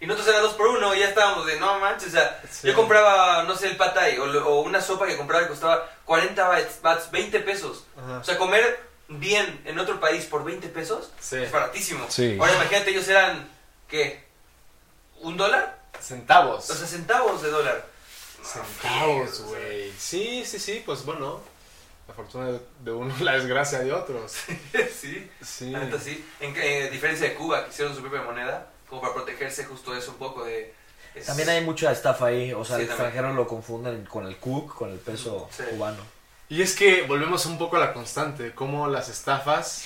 y nosotros era dos por uno, y ya estábamos de no manches. O sea, Sí. yo compraba, no sé, el patay o, lo- o una sopa que compraba que costaba 40 bahts, bahts, 20 pesos. O sea, comer bien en otro país por 20 pesos Sí. es baratísimo. Sí. Ahora imagínate, ellos eran, ¿qué? ¿Un dólar? Centavos. O sea, centavos de dólar. Centavos, güey. Sí, sí, sí, pues bueno. La fortuna de- de uno, [laughs] la desgracia de otros. [laughs] sí, Sí. la neta sí. En, que- en diferencia de Cuba, que hicieron su propia moneda, como para protegerse justo de eso un poco de... es- También hay mucha estafa ahí, o sea, Sí, el también. extranjero lo confunden con el cook, con el peso Sí. cubano. Y es que volvemos un poco a la constante, cómo las estafas,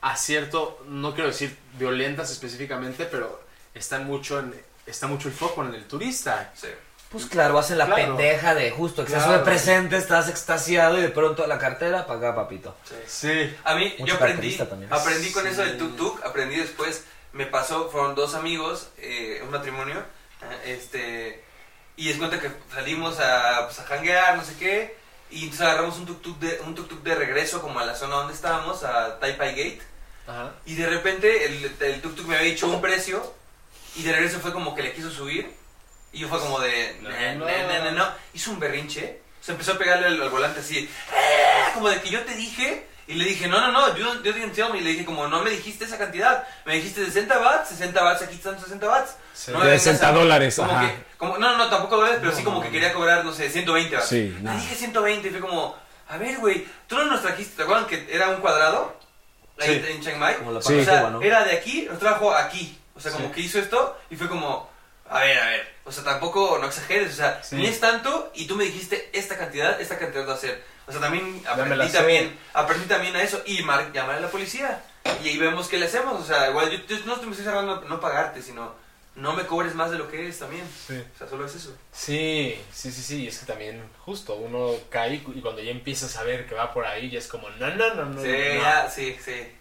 a cierto, no quiero decir violentas específicamente, pero están mucho en, está mucho el foco en el turista. Sí. Pues claro, hacen la Claro. pendeja de justo exceso Claro. de presente, estás extasiado y de pronto la cartera, para acá, papito. Sí. A mí, Mucho yo aprendí, carterista también. aprendí con eso del tuk-tuk, aprendí después, me pasó, fueron dos amigos, eh, un matrimonio, ah, este, y es cuenta que salimos a, pues, a janguear, no sé qué, y entonces agarramos un tuk-tuk de, un tuk-tuk de regreso como a la zona donde estábamos, a Taipei Gate, Ajá. y de repente el, el tuk-tuk me había dicho un precio, y de regreso fue como que le quiso subir, y yo fue como de, No, no, no. no, no, no, no. hizo un berrinche, se empezó a pegarle al, al volante así, "Ah", como de que yo te dije, y le dije, no, no, no, yo, yo te entiendo", y le dije como, no me dijiste esa cantidad, me dijiste 60 watts, 60 watts, aquí están 60 watts. No me De vengas a- 60 dólares, como ajá. que- como- no, no, no, tampoco dólares, pero sí como que quería cobrar, no sé, 120 watts. Sí, Le nada. dije 120 y fue como, a ver, güey, tú no nos trajiste, ¿te acuerdan que era un cuadrado? Ahí en Chiang Mai. Como la Sí. parte O sea, cubana, ¿no? era de aquí, nos trajo aquí. O sea, como que hizo esto y fue como, a ver, a ver. O sea, tampoco no exageres. O sea, Sí. ni es tanto y tú me dijiste esta cantidad, esta cantidad de hacer. O sea, también me la aprendí sé. también, aprendí también a eso y mar- llamar a la policía. Y ahí vemos qué le hacemos. O sea, igual yo, yo no te me estoy cerrando no pagarte, sino no me cobres más de lo que es también. Sí. O sea, solo es eso. Sí, sí, sí, sí, es que también justo uno cae y cuando ya empiezas a ver que va por ahí ya es como, no, no, no, no. sí, no. ya, sí, sí.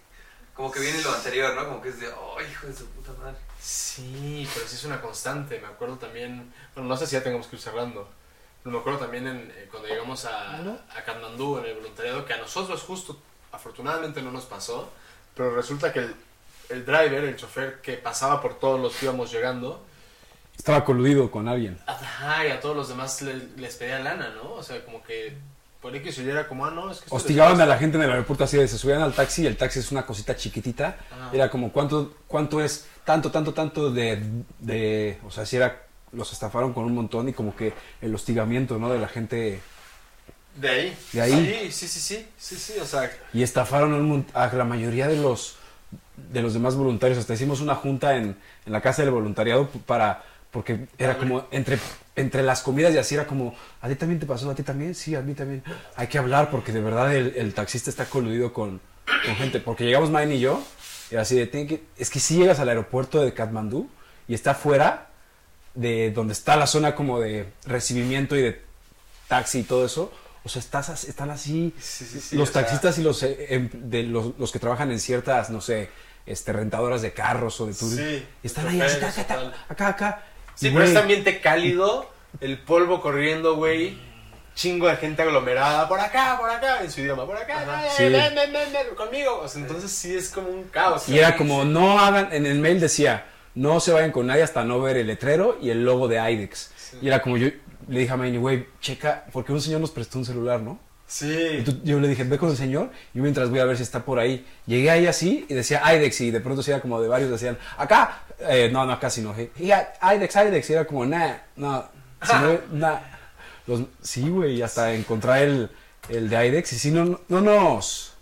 Como que viene lo anterior, ¿no? Como que es de, oh, hijo de su puta madre. Sí, pero sí es una constante. Me acuerdo también, bueno, no sé si ya tengamos que ir cerrando. Pero me acuerdo también en, eh, cuando llegamos a, a Katmandú en el voluntariado, que a nosotros justo, afortunadamente no nos pasó, pero resulta que el, el driver, el chofer que pasaba por todos los que íbamos llegando, Estaba coludido con alguien. ajá, y a todos los demás le- les pedía lana, ¿no? O sea, como que por X o Y era como, ah, no, es que... esto Hostigaban les- a la gente en el aeropuerto así de se subían al taxi y el taxi es una cosita chiquitita. Ah. Era como cuánto, cuánto es, tanto, tanto, tanto de, de- o sea, si era, los estafaron con un montón y como que el hostigamiento, ¿no? De la gente De ahí. De ahí. Sí, sí, sí, sí, sí, sí, o sea... y estafaron a, un mon- a la mayoría de los, de los demás voluntarios. Hasta hicimos una junta en, en la casa del voluntariado p- para, porque era como entre, entre las comidas y así era como, ¿a ti también te pasó? ¿A ti también? Sí, a mí también. Hay que hablar porque de verdad el, el taxista está coludido con, con gente. Porque llegamos Main y yo, y era así de, "Tienen que-". es que si llegas al aeropuerto de Katmandú y está fuera de donde está la zona como de recibimiento y de taxi y todo eso, o sea, estás, as- están así Sí, sí, sí, los o sea- taxistas y los, eh, em- de los, los que trabajan en ciertas, no sé, este, rentadoras de carros o de turismo. Sí, están de ahí, así, ta, choferes ta, y ta, tal. acá, acá. Sí, Y, pero güey, este ambiente cálido, el polvo corriendo, güey. Chingo de gente aglomerada, por acá, por acá, en su idioma, por acá, eh, Sí. ven, ven, ven, ven, conmigo. O sea, entonces sí es como un caos. y era como, no hagan, en el mail decía, no se vayan con nadie hasta no ver el letrero y el logo de IDEX. Y era como yo le dije a Manny, güey, checa, porque un señor nos prestó un celular, ¿no? Y Sí. tú- yo le dije, ve con el señor, y mientras voy a ver si está por ahí. Llegué ahí así y decía IDEX, y de pronto se era como de varios, decían, acá, [laughs] eh, no, no, acá sino, "Hey, hey, IDEX, IDEX, y era como, nah, no, si no, nah. Los, sí, güey, hasta encontrar el, el de IDEX. Y sí, no, no, no nos.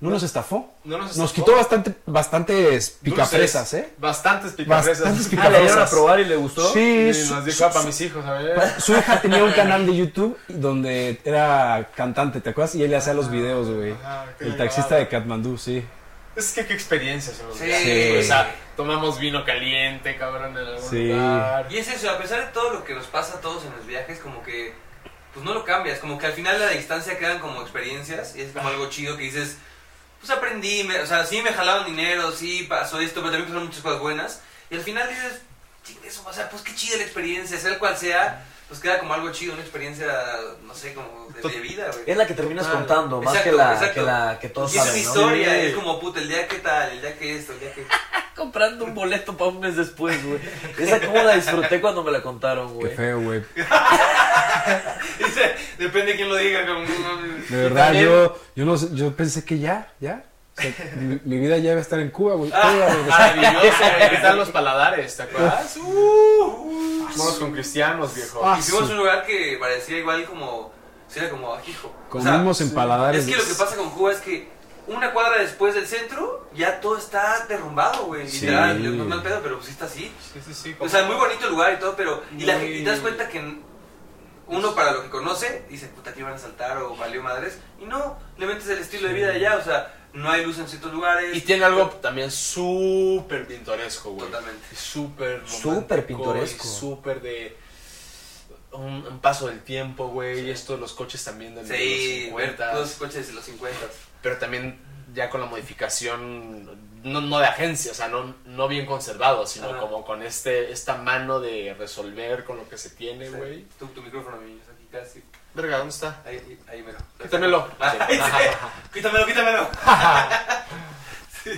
No nos estafó. No nos, Nos estafó. quitó bastante, bastantes picafresas, ¿eh? Bastantes picafresas. Bastantes Ah, le dieron a picafresas. probar y le gustó. Sí, Y su- nos su- dijo, ah, para mis hijos, a ver. su hija tenía un canal de YouTube donde era cantante, ¿te acuerdas? Y él le hacía los videos, güey. Ajá, qué El taxista de Katmandú, sí. Es que qué experiencia se nos Sí. dio. O sea, tomamos vino caliente, cabrón, en algún Sí. [laughs] lugar. Y es eso, a pesar de todo lo que nos pasa a todos en los viajes, como que pues no lo cambias, como que al final la distancia quedan como experiencias y es como algo chido que dices, pues aprendí, me- o sea, sí me jalaron dinero, sí pasó esto, pero también pasaron muchas cosas buenas y al final dices, "Chinga, eso o sea, pues qué chida la experiencia, sea cual sea, pues queda como algo chido, una experiencia, no sé, como de, de vida, güey. Es la que terminas Claro. contando, más Exacto, que la exacto. que la que todos Y es saben, ¿no? una historia, Sí. es como puta, el día que tal, el día que esto, el día que... [laughs] comprando un boleto para un mes después, güey. Esa cómo la disfruté cuando me la contaron, Qué güey. feo, güey. Dice, Depende de quién lo diga, como... no- De verdad, yo, yo, no, sé, yo pensé que ya, ya. O [laughs] sea, mi, mi vida ya iba a estar en Cuba, Ah, güey. Todo iba a regresar. Maravilloso, güey. ¿Qué tal los paladares, te acuerdas? Uh, uh. Monos con cristianos, viejo. Ah, Hicimos su- un lugar que parecía igual como. Si era como ajijo. O sea, Comimos en paladares. Es que lo que pasa con Cuba es que una cuadra después del centro ya todo está derrumbado, güey. Sí. Literal, no es mal pedo, pero pues sí está así. Sí, sí, sí. O sea, muy bonito el lugar y todo, pero. Y, la, Muy- gente- y te das cuenta que n- uno para lo que conoce dice, puta, aquí van a saltar o valió madres. Y no, le metes el estilo de vida de allá, o sea, no hay luz en ciertos lugares. Y tiene algo también súper pintoresco, güey. Totalmente. Súper romántico Súper y pintoresco. Súper de. Un, un paso del tiempo, güey. Y esto de los coches también de Sí, los ver 50. los coches de los 50. Pero también ya con la modificación, no, no de agencia, o sea, no, no bien conservado, sino Ajá. como con este esta mano de resolver con lo que se tiene, Sí. güey. Tu, tu micrófono, amigos, aquí casi. Verga, ¿dónde está? Ahí, ahí, ahí mero. Quítamelo. Ay, sí. Quítamelo, quítamelo.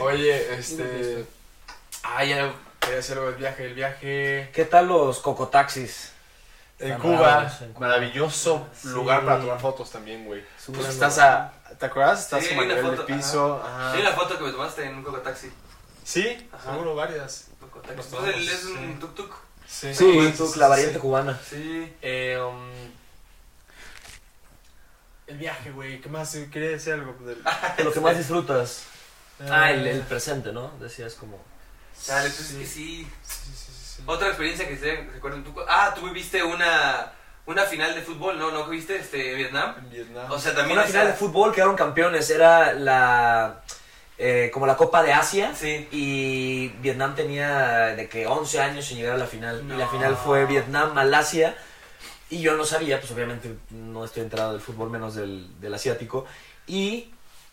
Oye, este. Ah, ya quería hacer el viaje, el viaje. ¿Qué tal los cocotaxis? En Están Cuba, raros, en Cuba. maravilloso lugar para tomar fotos también, güey. Es un Pues gran estás a. ¿Te acuerdas? Estás Sí, como a una nivel de foto, piso. Ah. ajá. Hay una foto que me tomaste en un cocotaxi. Sí, Ajá. seguro varias. Cocotaxi. Nos Entonces, tomamos, Pues, es un sí. tuk-tuk. Sí. Tú, tú, la variante cubana. Sí. Eh, um, el viaje, güey. ¿Qué más? Quería decir algo. del- De lo que más disfrutas. Eh, Ah, el, el presente, ¿no? Decías como. Dale, pues es que sí. Sí, sí, sí, sí. Otra experiencia que se recuerden tú. Ah, tú viviste una, una final de fútbol, ¿no? ¿No viste este Vietnam? En Vietnam. O sea, también Una esa- final de fútbol quedaron campeones. Era la eh, como la Copa de Asia. Sí. Y Vietnam tenía de que 11 años sin llegar a la final. Y la No. final fue Vietnam-Malasia. Y yo no sabía, pues obviamente no estoy enterado del fútbol menos del, del asiático. Y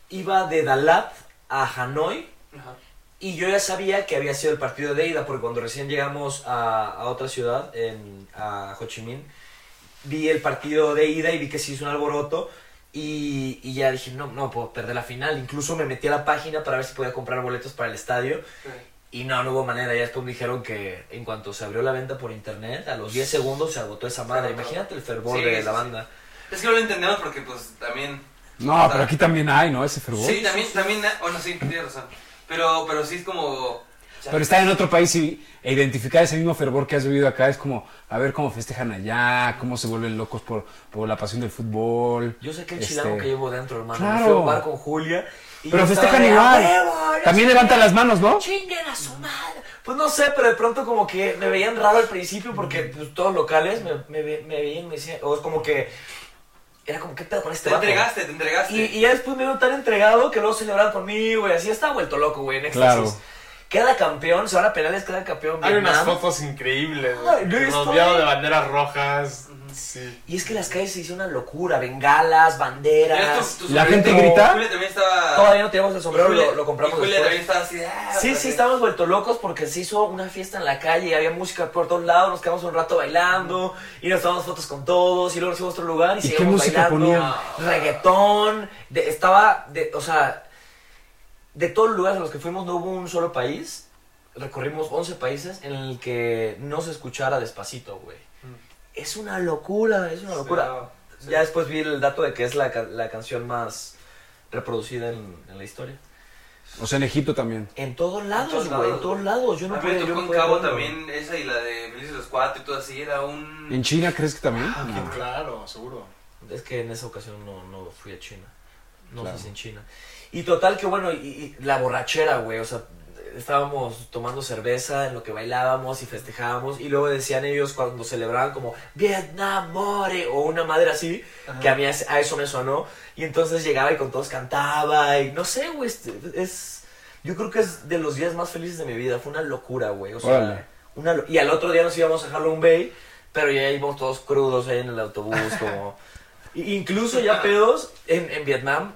iba de Dalat a Hanoi. Ajá. Y yo ya sabía que había sido el partido de ida, porque cuando recién llegamos a, a otra ciudad, en, a Ho Chi Minh, vi el partido de ida y vi que se hizo un alboroto. Y, y ya dije, no, no puedo perder la final. Incluso me metí a la página para ver si podía comprar boletos para el estadio. Sí. Y no, no hubo manera. Ya después me dijeron que en cuanto se abrió la venta por internet, a los 10 segundos se agotó esa madre. agotó. Imagínate el fervor Sí, de sí, la sí. banda. Es que no lo entendemos porque, pues, también. Ah. No, pero aquí también hay, ¿no? Ese fervor. Sí, también, también. Bueno, sí, tienes razón. Pero, pero sí es como. Pero estar en otro país y, e identificar ese mismo fervor que has vivido acá es como a ver cómo festejan allá, cómo se vuelven locos por, por la pasión del fútbol. Yo sé que el Este, chilango que llevo dentro, hermano. Me claro. fui a un bar con Julia. y Pero yo estaba festejan de, igual. "¡A huevo, no También sé levantan qué!". las manos, ¿no? chinguen a su madre. Pues no sé, pero de pronto como que me veían raro al principio porque pues, todos los locales me, me, ve- me veían y me decían, o es como que era como, ¿qué pedo con este Te vato? entregaste, te entregaste. Y, y ya después me vieron tan entregado que luego celebraban conmigo y así estaba vuelto loco, güey, en éxtasis. Claro. Queda campeón, se van a penales, queda campeón Hay unas Vietnam. fotos increíbles. Ay, no güey. estoy- Rodeado de banderas rojas. Sí. Y es que las calles se hicieron una locura, bengalas, banderas. ¿La gente sombrerito. grita? Julia también estaba. Todavía no teníamos el sombrero, Julia- lo, lo compramos y Julia después. también estaba así. ah, Sí, sí, espérate. estábamos vuelto locos porque se hizo una fiesta en la calle, había música por todos lados, nos quedamos un rato bailando y nos tomamos fotos con todos y luego nos fuimos a otro lugar y, ¿Y qué seguimos música bailando. Reggaetón, de- estaba, de, o sea, de todos los lugares a los que fuimos no hubo un solo país, recorrimos 11 países en el que no se escuchara despacito, güey. Es una locura, es una locura. Ya después vi el dato de que es la, ca- la canción más reproducida en- en la historia. O sea, en Egipto también. En todos todos lados, güey, en lados, todos güey. lados. Yo A no mí puedo. me yo tocó no en podía Cabo verlo. también esa y la de Felices los Cuatro y todo así, era un... ¿En China crees que también? Ah, No. Claro, seguro. Es que en esa ocasión no, no fui a China. No sé si en China. Y total que bueno, y, y la borrachera, güey, o sea, estábamos tomando cerveza en lo que bailábamos y festejábamos y luego decían ellos cuando celebraban como Vietnam more o una madre así, que a mí a, a eso me sonó y entonces llegaba y con todos cantaba y no sé, güey, este, es yo creo que es de los días más felices de mi vida, fue una locura, güey, o sea, Órale. una lo- y al otro día nos íbamos a Halloween Bay, pero ya íbamos todos crudos ahí en el autobús como y- Incluso ya pedos en, en Vietnam,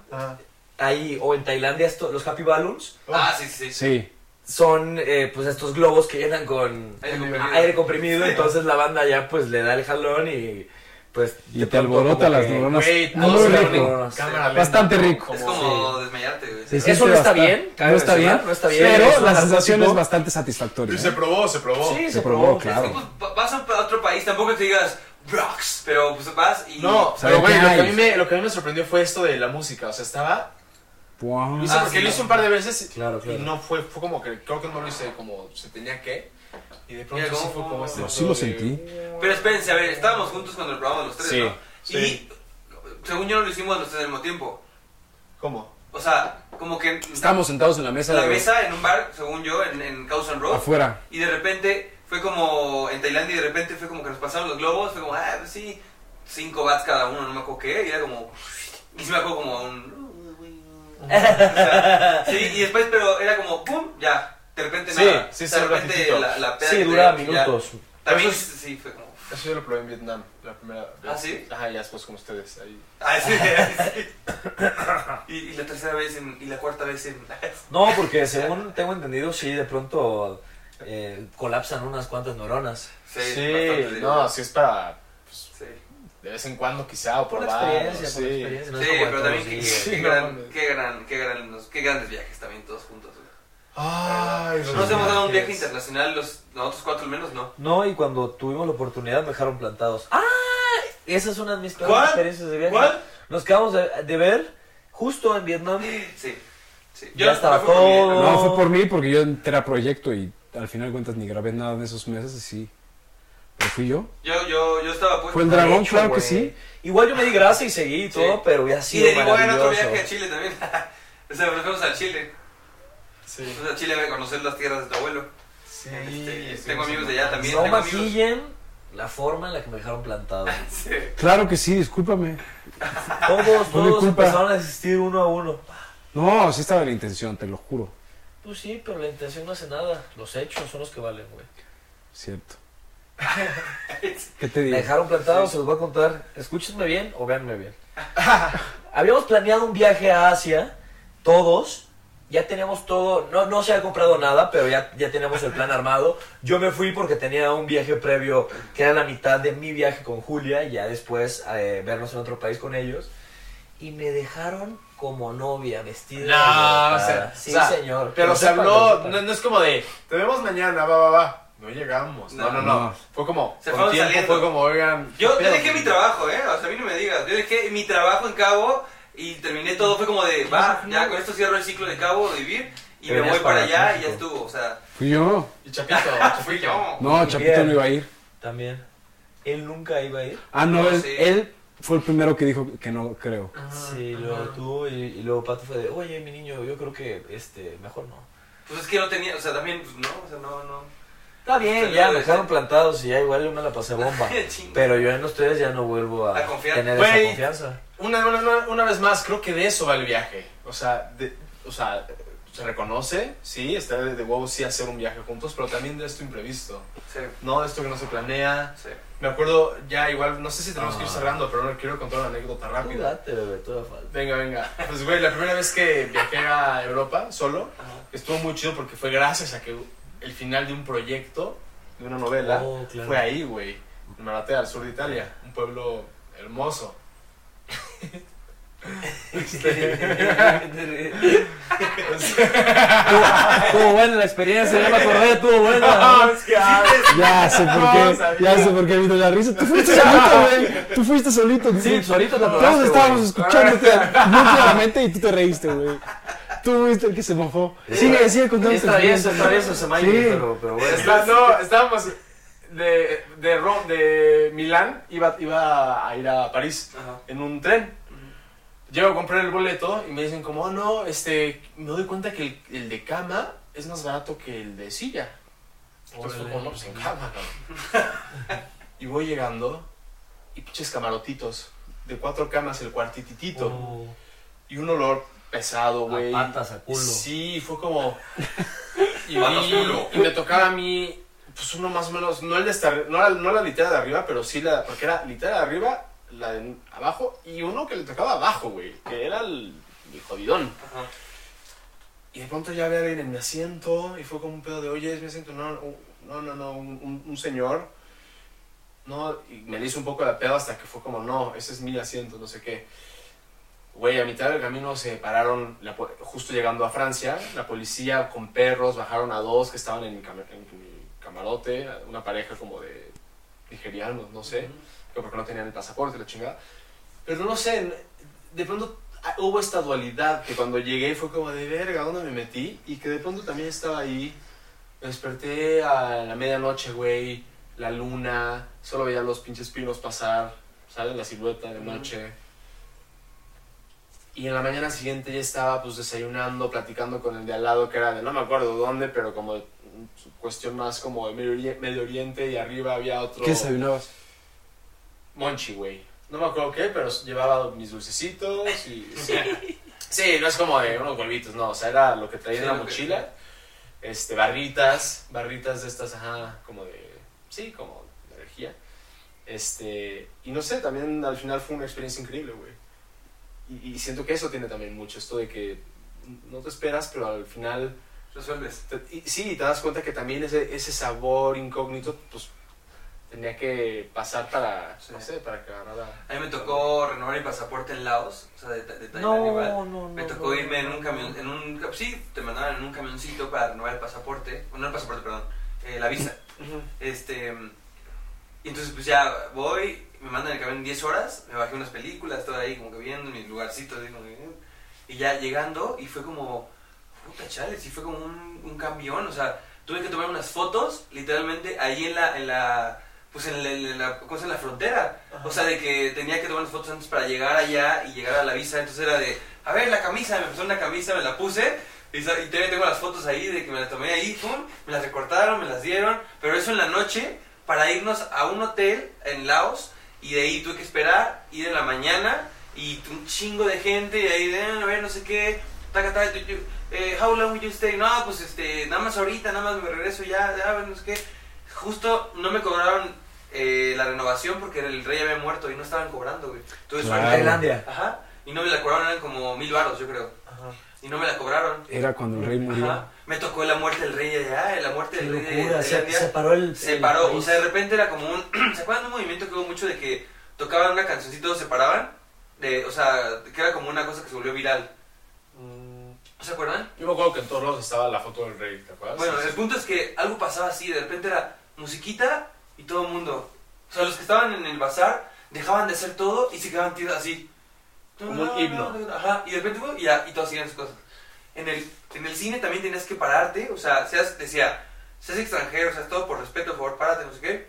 ahí, o en Tailandia, esto- los happy balloons Ah, sí, sí, sí. Sí. son eh, pues estos globos que llenan con Aire comprimido. aire comprimido, entonces la banda ya pues le da el jalón y pues... Y de te pronto alborota como las que- neuronas. Güey, Muy todos Las rico. neuronas. Cámara lenta. Bastante rico. Es como desmayarte, güey. Se Eso siente no está bastan- bien, cabe No está mencionar, bien. no está bien. Es Pero un la narcótico. sensación es bastante Y satisfactoria. se ¿eh? probó, se probó. Sí, Se se probó, probó. claro. Es que, pues, va- vas a un- a otro país, tampoco te digas Brox, pero pues vas y... No, Saber pero güey, qué lo que, a hay. mí me, lo que a mí me sorprendió fue esto de la música. O sea, estaba. Wow. Lo hice Ah, porque sí, lo no. hice un par de veces y- Claro, claro. y no fue, fue como que creo que no lo hice como se tenía que. Y de pronto Mira, sí ¿cómo? fue como este. No, No, sí pedo lo de- sentí. Pero espérense, a ver, estábamos juntos cuando lo probamos los tres, Sí, ¿no? sí. Y según yo no lo hicimos los tres al mismo tiempo. ¿Cómo? O sea, como que Estábamos sentados en la mesa en la de- mesa en un bar, según yo, en, en Causan Road. afuera. Y de repente fue como en Tailandia y de repente fue como que nos pasaron los globos, fue como, ah, pues sí, cinco bats cada uno, no me acuerdo qué, y era como, y se me acuerdo como un... o sea, sí, y después, pero era como, pum, ya, de repente Sí, nada. sí, O sea, de solo repente ratitito. la, la peda Sí, que dura te- ya. minutos. También Eso sí, fue como, Eso yo lo probé en Vietnam la primera vez. ¿Ah, sí? Ajá, ya después con ustedes. Ahí. ah, [laughs] sí, sí. Y, y la tercera vez en- y la cuarta vez en... [laughs] No, porque según tengo entendido, sí, de pronto eh, colapsan unas cuantas neuronas. Sí, sí bastante, no, sí es para. pues, sí. De vez en cuando quizá o Por la probar, experiencia, sí. por la experiencia. no es Sí, como de pero todos también qué, los días. qué Sí, no gran, mames. qué gran, qué gran, qué grandes viajes también todos juntos. güey. Ay, Nos hemos dado un viaje viajes. internacional, los nosotros cuatro al menos, ¿no? No, y cuando tuvimos la oportunidad me dejaron plantados. ¡Ah! Esa es una de mis peores ¿Cuál? experiencias de viaje. ¿Cuál? Nos quedamos de, de ver justo en Vietnam. Sí. sí. Ya no- estaba no fui con Miguel, todo. ¿no? No, fue por mí porque yo entré a proyecto y al final de cuentas ni grabé nada de esos meses y sí. Pero fui yo. Yo, yo, yo estaba pues, Fue el puesto. dragón, hecho, claro que güey. sí. Igual yo me di gracia y seguí y Sí. todo, pero hubiera Y sido de igual era otro maravilloso. viaje a Chile también. [laughs] o sea, nos fuimos a Chile. Sí. Fuimos a Chile a conocer las tierras de tu abuelo. Sí, Este, sí, tengo sí, amigos sí. de allá también. no tengo amigos. maquillen la forma en la que me dejaron [laughs] plantado. Sí. Claro que sí, discúlpame. Todos, Fue mi todos culpa. empezaron a asistir uno a uno. No, sí estaba la intención, te lo juro. Pues sí, pero la intención no hace nada. Los hechos son los que valen, güey. [laughs] Cierto. ¿Qué te Me digo? dejaron plantado, se los voy a contar. Escúchenme bien o véanme bien. [laughs] Habíamos planeado un viaje a Asia, todos. Ya teníamos todo, no, no se ha comprado nada, pero ya, ya teníamos el plan armado. Yo me fui porque tenía un viaje previo que era la mitad de mi viaje con Julia y ya después eh, vernos en otro país con ellos. Y me dejaron como novia, vestida. de No, o sea, leotada. sí, o sea, señor. Pero Lo se sepan, lo habló, sepan. no, no es como de, te vemos mañana, va, va, va. No llegamos. No, no, No. no. Fue como, Se con fueron tiempo saliendo. fue como, oigan. Yo, ¿qué yo pedo? dejé mi trabajo, ¿eh? O sea, a mí no me digas. Yo dejé mi trabajo en Cabo y terminé todo. Fue como de, va, ya con esto cierro el ciclo de Cabo, de vivir. Y Te me venías voy para para allá y ya México. estuvo. O sea, Fui yo. Y Chapito, Ah, fui Chapito. yo. No, Muy Chapito bien. no iba a ir. También. Él nunca iba a ir. Ah, no, No, él, sí. él fue el primero que dijo que no creo. Ah. Sí, luego tú y, y luego Pato fue de, oye, mi niño, yo creo que este, mejor no. Pues es que no tenía, o sea, también, pues no, o sea, no, no. Está bien, Pero ya, debe me dejaron ser. plantados y ya igual yo me la pasé bomba. Chinga. Pero yo en ustedes ya no vuelvo a A confiar. tener Güey. esa confianza. Una, una, una, una vez más, creo que de eso va el viaje. O sea, de- o sea se reconoce, sí, está de, de huevo sí hacer un viaje juntos, pero también de esto imprevisto. Sí, No, de esto que no se planea. sí. Me acuerdo ya igual, no sé si tenemos que ir Ah. cerrando, pero no quiero contar una anécdota Tú rápida. date, bebé, toda falta. Venga, venga. [laughs] Pues, güey, la primera vez que viajé a Europa solo, Ajá. estuvo muy chido porque fue gracias a que el final de un proyecto, de una novela, Oh, claro. fue ahí, güey. En Maratea, al sur de Italia. Un pueblo hermoso. [laughs] [laughs] Estuvo buena la experiencia, ya me acordé, estuvo buena. No, es que, ah, Ya sé por No, qué, sabía. ya sé por qué vino la risa. Tú fuiste solito, güey. Tú fuiste solito. Sí, solito te Todos atoraste, estábamos güey. escuchándote muy claramente y tú te reíste, güey. Tú fuiste el que se mofó. Sigue, sigue contando. Es tu travieso, es travieso experiencia. ese Miley, Sí. pero, pero bueno. Está- no, estábamos de, de, Ro- de Milán, iba, iba a ir a París Ajá. en un tren. Llego a comprar el boleto y me dicen como, "Oh, no, este, me doy cuenta que el, el de cama es más barato que el de silla. Entonces fue como, no, pues en cama, cabrón. [laughs] y voy llegando y pinches camarotitos de cuatro camas, el cuartititito. Oh. Y un olor pesado, güey. patas, a culo. Sí, fue como. Y, Patas, vi- culo. y me tocaba a mí, pues uno más o menos, no, el de esta- no, la, no la litera de arriba, pero sí la. Porque era litera de arriba, la de abajo, y uno que le tocaba abajo, güey, que era el, el jodidón. Ajá. Y de pronto ya había alguien en mi asiento, y fue como un pedo de, oye, es mi asiento, no, no, no, no, un, un- un señor. No, y me le hizo un poco de pedo hasta que fue como, no, ese es mi asiento, no sé qué. Güey, a mitad del camino se pararon, la po- justo llegando a Francia, la policía con perros bajaron a dos que estaban en mi, cama- en mi camarote, una pareja como de nigerianos, no sé, que porque no tenían el pasaporte, la chingada. Pero no sé, en- de pronto ah, hubo esta dualidad que cuando llegué fue como de verga, ¿dónde me metí? Y que de pronto también estaba ahí, me desperté a la medianoche, güey, la luna, solo veía los pinches pinos pasar, sale la silueta de noche. Y en la mañana siguiente ya estaba pues desayunando, platicando con el de al lado que era de no me acuerdo dónde, pero como de- mm, su cuestión más como de Medio, Ori- Medio Oriente y arriba había otro ¿Qué desayunabas? Monchi, güey. No me acuerdo qué, pero llevaba mis dulcecitos [laughs] y sí. Sí, no es como de unos huevitos, no, o sea, era lo que traía Sí, en la lo que- mochila. Este, barritas, barritas de estas, ajá, como de sí, como de energía. Este, y no sé, también al final fue una experiencia increíble, güey. Y, y siento que eso tiene también mucho, esto de que no te esperas, pero al final, Resuelves. te- y, sí, te das cuenta que también ese, ese sabor incógnito, pues, tenía que pasar para, no Sí. sé, para que agarrara... A mí me tocó renovar mi pasaporte en Laos, o sea, de, de Tailandia igual. No, no, no. Me tocó no, irme en no, un no. camión, en un, ca- sí, te mandaban en un camioncito para renovar el pasaporte, no el pasaporte, perdón, eh, la visa. Este, y entonces pues ya voy, me mandan el camión 10 horas, me bajé unas películas, todo ahí como que viendo en mis lugarcitos, así como que, eh, y ya llegando y fue como, puta chale, sí fue como un, un cambión, o sea, tuve que tomar unas fotos, literalmente, ahí en la, en la, pues en la, en la- ¿cómo se llama? en la frontera, o sea, de que tenía que tomar unas fotos antes para llegar allá y llegar a la visa, entonces era de, a ver, la camisa, me pusieron la camisa, me la puse, y, sa- y todavía tengo las fotos ahí de que me las tomé ahí, pum, me las recortaron, me las dieron, pero eso en la noche para irnos a un hotel en Laos y de ahí tuve que esperar, ir en la mañana y tu- un chingo de gente y ahí de, "Ah, a ver, no sé qué, taca, taca, tu- tu- eh, how long will you stay? No, pues este, nada más ahorita, nada más me regreso ya, ya, no sé qué. Justo no me cobraron eh, la renovación porque el rey había muerto y no estaban cobrando, güey. Entonces, Claro. ahorita- Tailandia. Ajá, y no me la cobraron, eran como mil baros, yo creo. Y no me la cobraron. Era cuando el rey murió. Ajá. Me tocó la muerte del rey allá, la muerte Qué del rey de locura, se, Tailandia. se paró el. Se el paró, o país. sea, de repente era como un... [clears throat] ¿Se acuerdan de un movimiento que hubo mucho de que tocaban una cancioncita y todos se paraban? De, o sea, que era como una cosa que se volvió viral. Mm. ¿No se acuerdan? Yo me acuerdo que en todos lados estaba la foto del rey, ¿te Ah, acuerdas? Bueno, el punto es que algo pasaba así, de repente era musiquita y todo el mundo. O sea, los que estaban en el bazar dejaban de hacer todo y se quedaban tirados así. Como un himno. Ajá, y de repente ¡uh! y, ya, y todos hacían sus cosas. En el, en el cine también tenías que pararte, o sea, seas, decía, seas extranjero, seas todo por respeto, por favor, párate, no sé qué.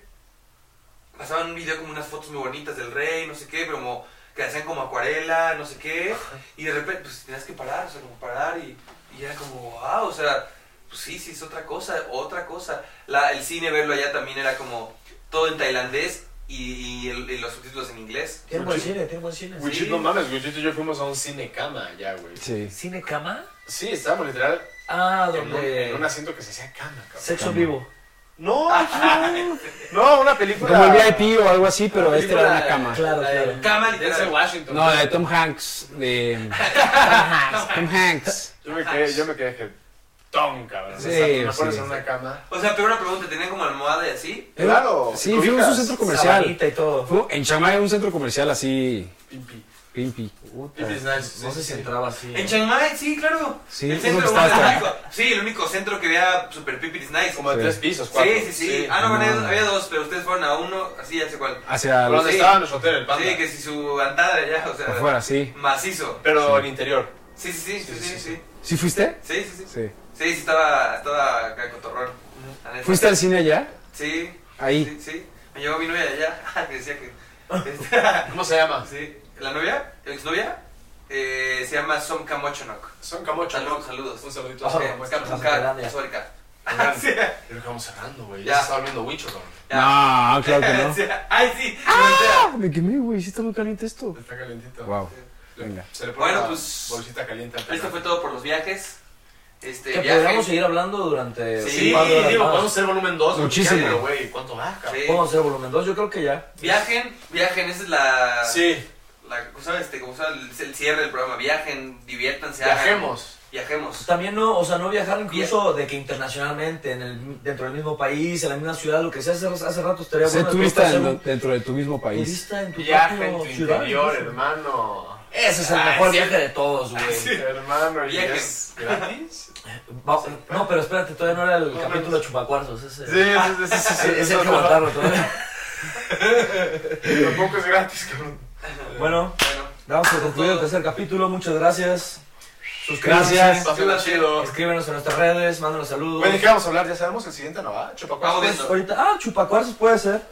Pasaban un video como unas fotos muy bonitas del rey, no sé qué, pero como que hacían como acuarela, no sé qué. Y de repente, pues tenías que parar, o sea, como parar y, y era como, wow, o sea, pues sí, sí, es otra cosa, otra cosa. La, el cine, verlo allá también era como todo en tailandés y, y el- y los subtítulos en inglés. Tiene buen cine, tiene buen cine. Wichit, no mames, Wichit y yo fuimos a un cine cama allá, güey. Sí. ¿Cine cama? Sí, estábamos literal Ah, en un, en un donde. asiento que se hacía cama, cabrón. Sexo en vivo. Eh. No, no, [laughs] no, una película. Como el VIP o algo así, pero Una este era una película- cama. Claro, la del- claro. Cama, Denzel literal. Washington. No, la de Tom Hanks. De... Tom Hanks. Tom Hanks. Yo me quedé, yo me quedé jetón, cabrón. Sí, o sea, te me sí. pones en una cama. O sea, pero una pregunta, ¿tenían como almohada y así? Claro. Sí, ¿te fuimos a un ubicas? centro comercial. Sabanita y todo. Fue en Shanghai un centro comercial así. Pimpi. Pimpi. Puta, It is nice. No sé si entraba así. En Chiang Mai, sí, claro. Sí, el uno que centro, estaba bueno, el hasta- único- sí, el único centro que vea Super Pipi is Nice. Como de Sí. tres pisos, cuatro. Sí, sí, sí, Ah, no, bueno, Ah. había dos, pero ustedes fueron a uno, así ya sé cuál. Hacia Pero los- ¿Dónde Sí. estaba nuestro hotel, el panda? Pues Sí, que si su andada ya, o sea, afuera, sí. macizo. Pero en interior. Sí, sí, sí, sí, sí, sí. Sí, ¿Sí fuiste? sí, sí. Sí, sí, Sí. sí, estaba, estaba acá en Cotorrón. La neta. ¿Fuiste al cine allá? Sí, Ahí. sí, sí. Me llevó mi novia de allá. [laughs] Me decía que... [laughs] ¿Cómo se llama? sí. ¿La novia? ¿La exnovia? Eh, se llama Som Kamochonok. Son Camocho. Saludos, saludos. Un Oh, saludito a Ah. Entonces, Son Camocho. Camuca, Suárez. [laughs] Oigan, [laughs] Sí. Creo que vamos cerrando, güey. Ya. Ya se está volviendo Wicho, cabrón. No, claro que no. [laughs] Sí. Ay, sí. Ah, me quemé, güey. Sí está muy caliente esto. Está calientito. Wow. Le- Venga. Se le pone Bueno, una pues- bolsita caliente al Esto final. fue todo por los viajes. Este, Que viajes. podríamos seguir hablando durante. Sí, un par de pues, Sí, horas digo, más. podemos hacer volumen 2. Muchísimo. Pero, güey, ¿cuánto va, cabrón? Sí. Podemos hacer volumen 2, yo creo que ya. Viajen, viajen, esa es la, Sí, la cosa, este, como sabe, el, el cierre del programa. Viajen, diviértanse, hagan- viajemos. viajemos. También no, o sea, no viajar incluso de que internacionalmente, en el, dentro del mismo país, en la misma ciudad, lo que sea, hace, hace rato estaría bueno. Sé de pronto turista hacer en- un dentro de tu mismo país. turista en tu Viaja en propio tu ciudad, interior, incluso. hermano. Ese es el Ah, mejor sí. viaje de todos, güey. Hermano, ¿y Viajen. es gratis? Va- No, pero espérate, todavía no era el capítulo de chupacuarzos. Ese, Sí, sí, sí, sí, sí, ese- ese eso hay que no. aguantarlo todavía. Tampoco es gratis, cabrón. Bueno, Bueno, damos por concluido el tercer capítulo. Muchas gracias. Suscríbanse. Gracias. Pásenla chido. Escríbenos en nuestras redes, mándanos saludos. Bueno, ¿de qué vamos a hablar? Ya sabemos que el siguiente no va. Chupacuaco. Vamos viendo. Ahorita, ah, chupacuarzos puede ser.